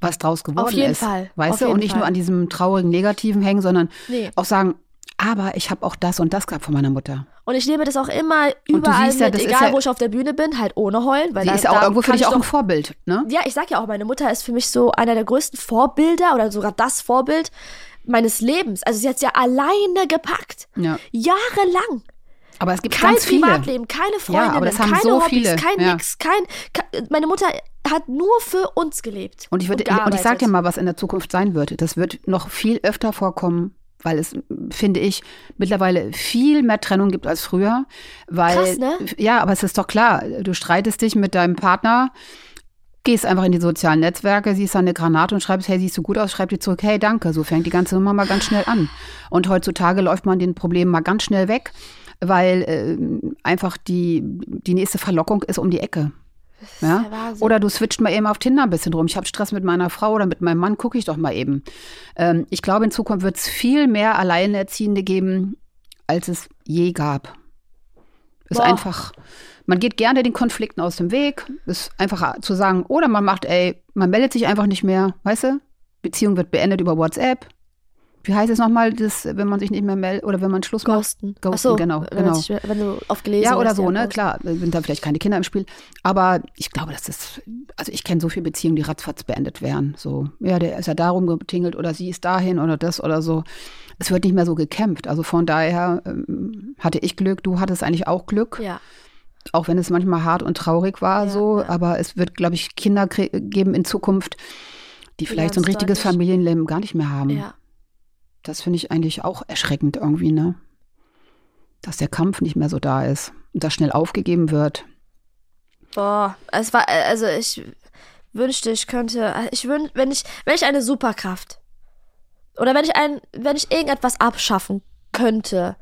S3: was draus geworden ist.
S2: jeden Fall.
S3: Weißt
S2: Auf
S3: du? Und
S2: jeden
S3: nicht
S2: Fall.
S3: nur an diesem traurigen Negativen hängen, sondern
S2: Nee.
S3: auch sagen, aber ich habe auch das und das gehabt von meiner Mutter.
S2: Und ich nehme das auch immer
S3: Und du
S2: überall
S3: siehst ja,
S2: mit,
S3: das ist
S2: egal
S3: ja-
S2: wo ich auf der Bühne bin, halt ohne heulen. Weil
S3: Sie
S2: da,
S3: ist ja auch
S2: da
S3: irgendwo für
S2: kann
S3: dich
S2: ich
S3: auch
S2: doch
S3: ein Vorbild, ne?
S2: ja, ich sag ja auch, meine Mutter ist für mich so einer der größten Vorbilder oder sogar das Vorbild meines Lebens. Also sie hat's ja alleine gepackt.
S3: Ja.
S2: Jahrelang.
S3: Aber es gibt
S2: Kein
S3: ganz viele.
S2: Privatleben, keine Freundinnen,
S3: aber das haben
S2: keine
S3: so
S2: Hobbys,
S3: viele,
S2: kein
S3: ja.
S2: nix, kein, ke- Meine Mutter hat nur für uns gelebt.
S3: Und ich, würde, und ich sag dir
S2: gearbeitet.
S3: mal, was in der Zukunft sein wird. Das wird noch viel öfter vorkommen, weil es, finde ich, mittlerweile viel mehr Trennung gibt als früher. Weil,
S2: Krass, ne?
S3: Ja, aber es ist doch klar, du streitest dich mit deinem Partner, gehst einfach in die sozialen Netzwerke, siehst da eine Granate und schreibst, hey, siehst du gut aus, schreib dir zurück, hey, danke. So fängt die ganze Nummer mal ganz schnell an. Und heutzutage läuft man den Problemen mal ganz schnell weg, weil ähm, einfach die, die nächste Verlockung ist um die Ecke. Ja?
S2: der Wahnsinn.
S3: Oder du switcht mal eben auf Tinder ein bisschen rum. Ich habe Stress mit meiner Frau oder mit meinem Mann, gucke ich doch mal eben. Ähm, ich glaube, in Zukunft wird es viel mehr Alleinerziehende geben, als es je gab. Ist
S2: Boah.
S3: einfach, man geht gerne den Konflikten aus dem Weg, ist einfacher zu sagen. Oder man macht, ey, man meldet sich einfach nicht mehr, weißt du? Beziehung wird beendet über WhatsApp. Wie heißt es nochmal, das, wenn man sich nicht mehr meldet oder wenn man Schluss macht?
S2: Ghosten.
S3: Ghosten,
S2: Achso,
S3: genau,
S2: Wenn, man
S3: genau.
S2: sich- wenn du aufgelesen
S3: Ja, oder
S2: hast,
S3: so, ne?
S2: Ghosten.
S3: Klar, sind da vielleicht keine Kinder im Spiel. Aber ich glaube, dass das, also ich kenne so viele Beziehungen, die ratzfatz beendet werden. So, ja, der ist ja darum getingelt oder sie ist dahin oder das oder so. Es wird nicht mehr so gekämpft. Also von daher ähm, hatte ich Glück, du hattest eigentlich auch Glück,
S2: Ja.
S3: auch wenn es manchmal hart und traurig war,
S2: Ja,
S3: so.
S2: ja.
S3: Aber es wird, glaube ich, Kinder krie- geben in Zukunft, die vielleicht so ein
S2: ganz
S3: richtiges
S2: deutlich.
S3: Familienleben gar nicht mehr haben.
S2: ja.
S3: Das finde ich eigentlich auch erschreckend irgendwie, ne? Dass der Kampf nicht mehr so da ist und das schnell aufgegeben wird.
S2: Boah, es war, also ich wünschte, ich könnte, ich wün, wenn ich, wenn ich eine Superkraft oder wenn ich ein, wenn ich irgendetwas abschaffen könnte,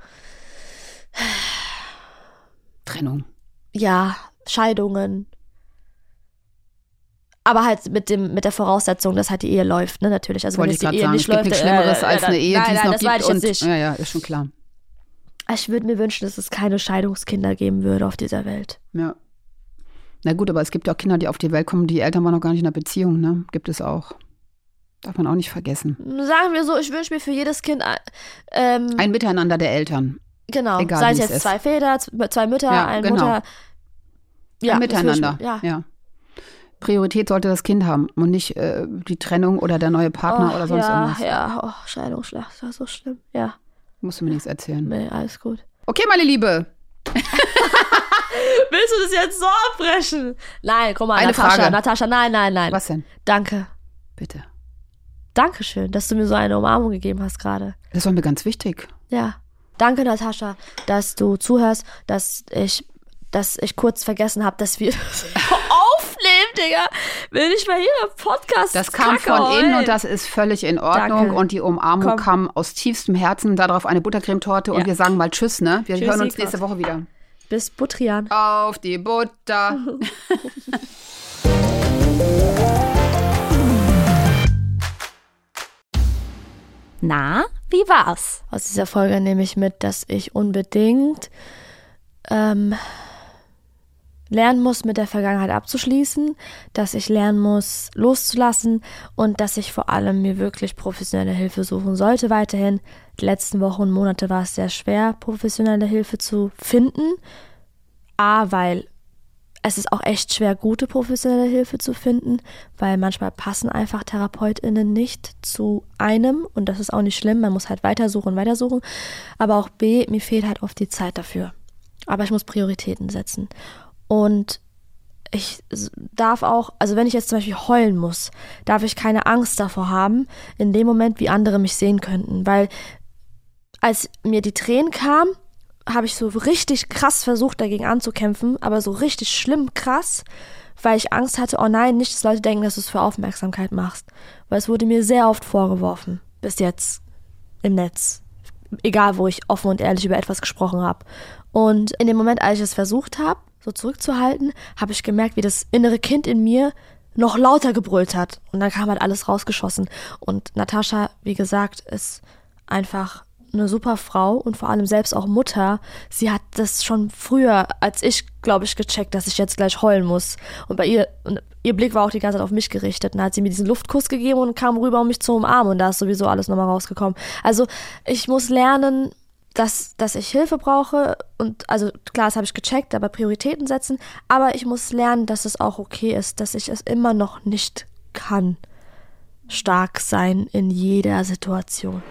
S3: Trennung.
S2: ja, Scheidungen, aber halt mit dem, mit der Voraussetzung, dass halt die Ehe läuft, ne, natürlich. Also wenn
S3: Wollte
S2: jetzt
S3: ich
S2: die
S3: gerade
S2: Ehe
S3: sagen, es
S2: nicht
S3: gibt
S2: läuft,
S3: nichts
S2: äh,
S3: Schlimmeres
S2: äh,
S3: als eine Ehe,
S2: nein,
S3: die es
S2: nein,
S3: noch
S2: das
S3: gibt.
S2: Meine ich,
S3: und,
S2: jetzt nicht.
S3: Ja, ja, ist schon klar.
S2: ich würde mir wünschen, dass es keine Scheidungskinder geben würde auf dieser Welt.
S3: Ja. Na gut, aber es gibt ja auch Kinder, die auf die Welt kommen, die Eltern waren noch gar nicht in einer Beziehung, ne? Gibt es auch. Darf man auch nicht
S2: Mhm.
S3: vergessen.
S2: Sagen wir so, ich wünsche mir für jedes Kind äh, ähm,
S3: Ein Miteinander der Eltern.
S2: Genau,
S3: Egal,
S2: sei
S3: wie
S2: es
S3: es
S2: jetzt
S3: ist.
S2: zwei Väter, z- zwei Mütter,
S3: Ja,
S2: ein
S3: genau.
S2: Mutter. Ja,
S3: ein
S2: das fühl ich
S3: Miteinander.
S2: mir- Ja.
S3: Priorität sollte das Kind haben und nicht äh, die Trennung oder der neue Partner
S2: oh,
S3: oder sonst
S2: ja,
S3: irgendwas.
S2: Ja, oh, Scheidungsschlacht, das war so schlimm. Ja,
S3: Musst du mir nichts erzählen.
S2: nee, alles gut.
S3: Okay, meine Liebe.
S2: Willst du das jetzt so abbrechen? Nein, guck mal,
S3: Eine
S2: Natascha,
S3: Frage.
S2: Natascha, nein, nein, nein.
S3: Was denn?
S2: Danke.
S3: Bitte.
S2: Dankeschön, dass du mir so eine Umarmung gegeben hast gerade.
S3: Das war mir ganz wichtig.
S2: Ja. Danke, Natascha, dass du zuhörst, dass ich, dass ich kurz vergessen habe, dass wir (laughs) aufnehmen, Digga. Will nicht mal hier im Podcast.
S3: Das kam
S2: Kacke
S3: von innen
S2: heulen.
S3: und das ist völlig in Ordnung.
S2: Danke.
S3: Und die Umarmung
S2: Komm.
S3: kam aus tiefstem Herzen. Darauf eine Buttercremetorte und
S2: Ja.
S3: wir sagen mal Tschüss, ne? Wir
S2: Tschüssi,
S3: hören uns
S2: Gott.
S3: nächste Woche wieder.
S2: Bis Butrian.
S3: Auf
S2: (laughs)
S3: die Butter.
S4: (laughs) Na, wie war's?
S2: Aus dieser Folge nehme ich mit, dass ich unbedingt ähm, lernen muss, mit der Vergangenheit abzuschließen, dass ich lernen muss, loszulassen und dass ich vor allem mir wirklich professionelle Hilfe suchen sollte weiterhin. Die letzten Wochen und Monate war es sehr schwer, professionelle Hilfe zu finden. A, weil es ist auch echt schwer, gute professionelle Hilfe zu finden, weil manchmal passen einfach TherapeutInnen nicht zu einem und das ist auch nicht schlimm. Man muss halt weitersuchen und weitersuchen. Aber auch B, mir fehlt halt oft die Zeit dafür. Aber ich muss Prioritäten setzen. Und ich s- darf auch, also wenn ich jetzt zum Beispiel heulen muss, darf ich keine Angst davor haben, in dem Moment, wie andere mich sehen könnten. Weil als mir die Tränen kamen, habe ich so richtig krass versucht, dagegen anzukämpfen, aber so richtig schlimm krass, weil ich Angst hatte, oh nein, nicht, dass Leute denken, dass du es für Aufmerksamkeit machst. Weil es wurde mir sehr oft vorgeworfen, bis jetzt im Netz. Egal, wo ich offen und ehrlich über etwas gesprochen habe. Und in dem Moment, als ich es versucht habe, so zurückzuhalten, habe ich gemerkt, wie das innere Kind in mir noch lauter gebrüllt hat. Und dann kam halt alles rausgeschossen. Und Natascha, wie gesagt, ist einfach eine super Frau und vor allem selbst auch Mutter. Sie hat das schon früher, als ich, glaube ich, gecheckt, dass ich jetzt gleich heulen muss. Und bei ihr, und ihr Blick war auch die ganze Zeit auf mich gerichtet. Und dann hat sie mir diesen Luftkuss gegeben und kam rüber, um mich zu umarmen. Und da ist sowieso alles nochmal rausgekommen. Also ich muss lernen, dass, dass ich Hilfe brauche und also klar, das habe ich gecheckt, aber Prioritäten setzen, aber ich muss lernen, dass es auch okay ist, dass ich es immer noch nicht kann. Stark sein in jeder Situation.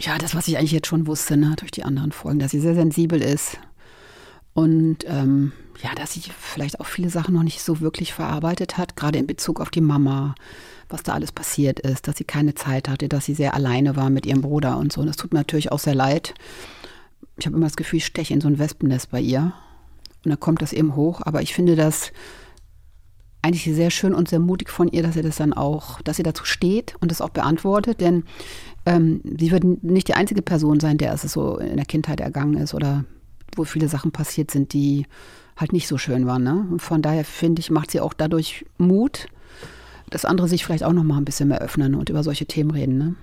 S3: Ja, das, was ich eigentlich jetzt schon wusste, ne, durch die anderen Folgen, dass sie sehr sensibel ist. Und ähm, ja, dass sie vielleicht auch viele Sachen noch nicht so wirklich verarbeitet hat, gerade in Bezug auf die Mama, was da alles passiert ist, dass sie keine Zeit hatte, dass sie sehr alleine war mit ihrem Bruder und so. Und das tut mir natürlich auch sehr leid. Ich habe immer das Gefühl, ich steche in so ein Wespennest bei ihr. Und dann kommt das eben hoch. Aber ich finde das eigentlich sehr schön und sehr mutig von ihr, dass sie das dann auch, dass sie dazu steht und das auch beantwortet. Denn ähm, sie wird nicht die einzige Person sein, der es so in der Kindheit ergangen ist oder wo viele Sachen passiert sind, die halt nicht so schön waren. Ne? Und von daher finde ich, macht sie auch dadurch Mut, dass andere sich vielleicht auch noch mal ein bisschen mehr öffnen und über solche Themen reden. Ne?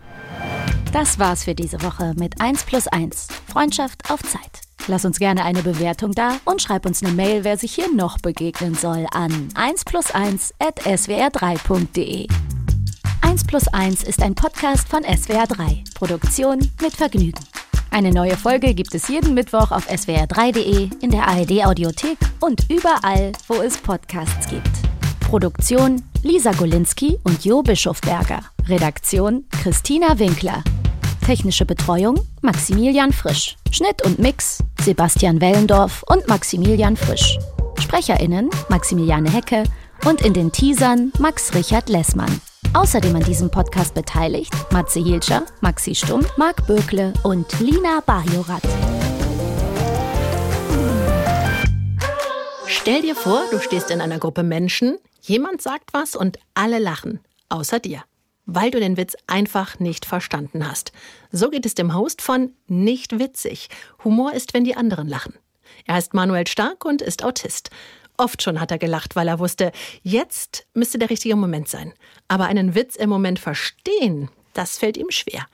S4: Das war's für diese Woche mit 1 plus 1. Freundschaft auf Zeit. Lass uns gerne eine Bewertung da und schreib uns eine Mail, wer sich hier noch begegnen soll, an 1 plus 1 at swr3.de. 1 plus 1 ist ein Podcast von SWR3. Produktion mit Vergnügen. Eine neue Folge gibt es jeden Mittwoch auf swr3.de, in der ARD-Audiothek und überall, wo es Podcasts gibt. Produktion Lisa Golinski und Jo Bischofberger. Redaktion Christina Winkler. Technische Betreuung Maximilian Frisch. Schnitt und Mix Sebastian Wellendorf und Maximilian Frisch. SprecherInnen Maximiliane Hecke und in den Teasern Max Richard Lessmann. Außerdem an diesem Podcast beteiligt Matze Hilscher, Maxi Stumm, Marc Bökle und Lina Bajorat.
S1: Stell dir vor, du stehst in einer Gruppe Menschen, jemand sagt was und alle lachen, außer dir, weil du den Witz einfach nicht verstanden hast. So geht es dem Host von Nicht witzig. Humor ist, wenn die anderen lachen. Er heißt Manuel Stark und ist Autist. Oft schon hat er gelacht, weil er wusste, jetzt müsste der richtige Moment sein. Aber einen Witz im Moment verstehen, das fällt ihm schwer.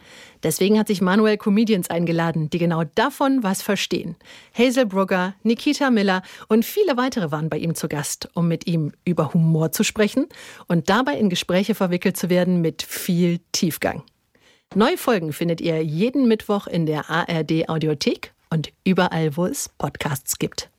S1: Deswegen hat sich Manuel Comedians eingeladen, die genau davon was verstehen. Hazel Brugger, Nikita Miller und viele weitere waren bei ihm zu Gast, um mit ihm über Humor zu sprechen und dabei in Gespräche verwickelt zu werden mit viel Tiefgang. Neue Folgen findet ihr jeden Mittwoch in der ARD Audiothek und überall, wo es Podcasts gibt.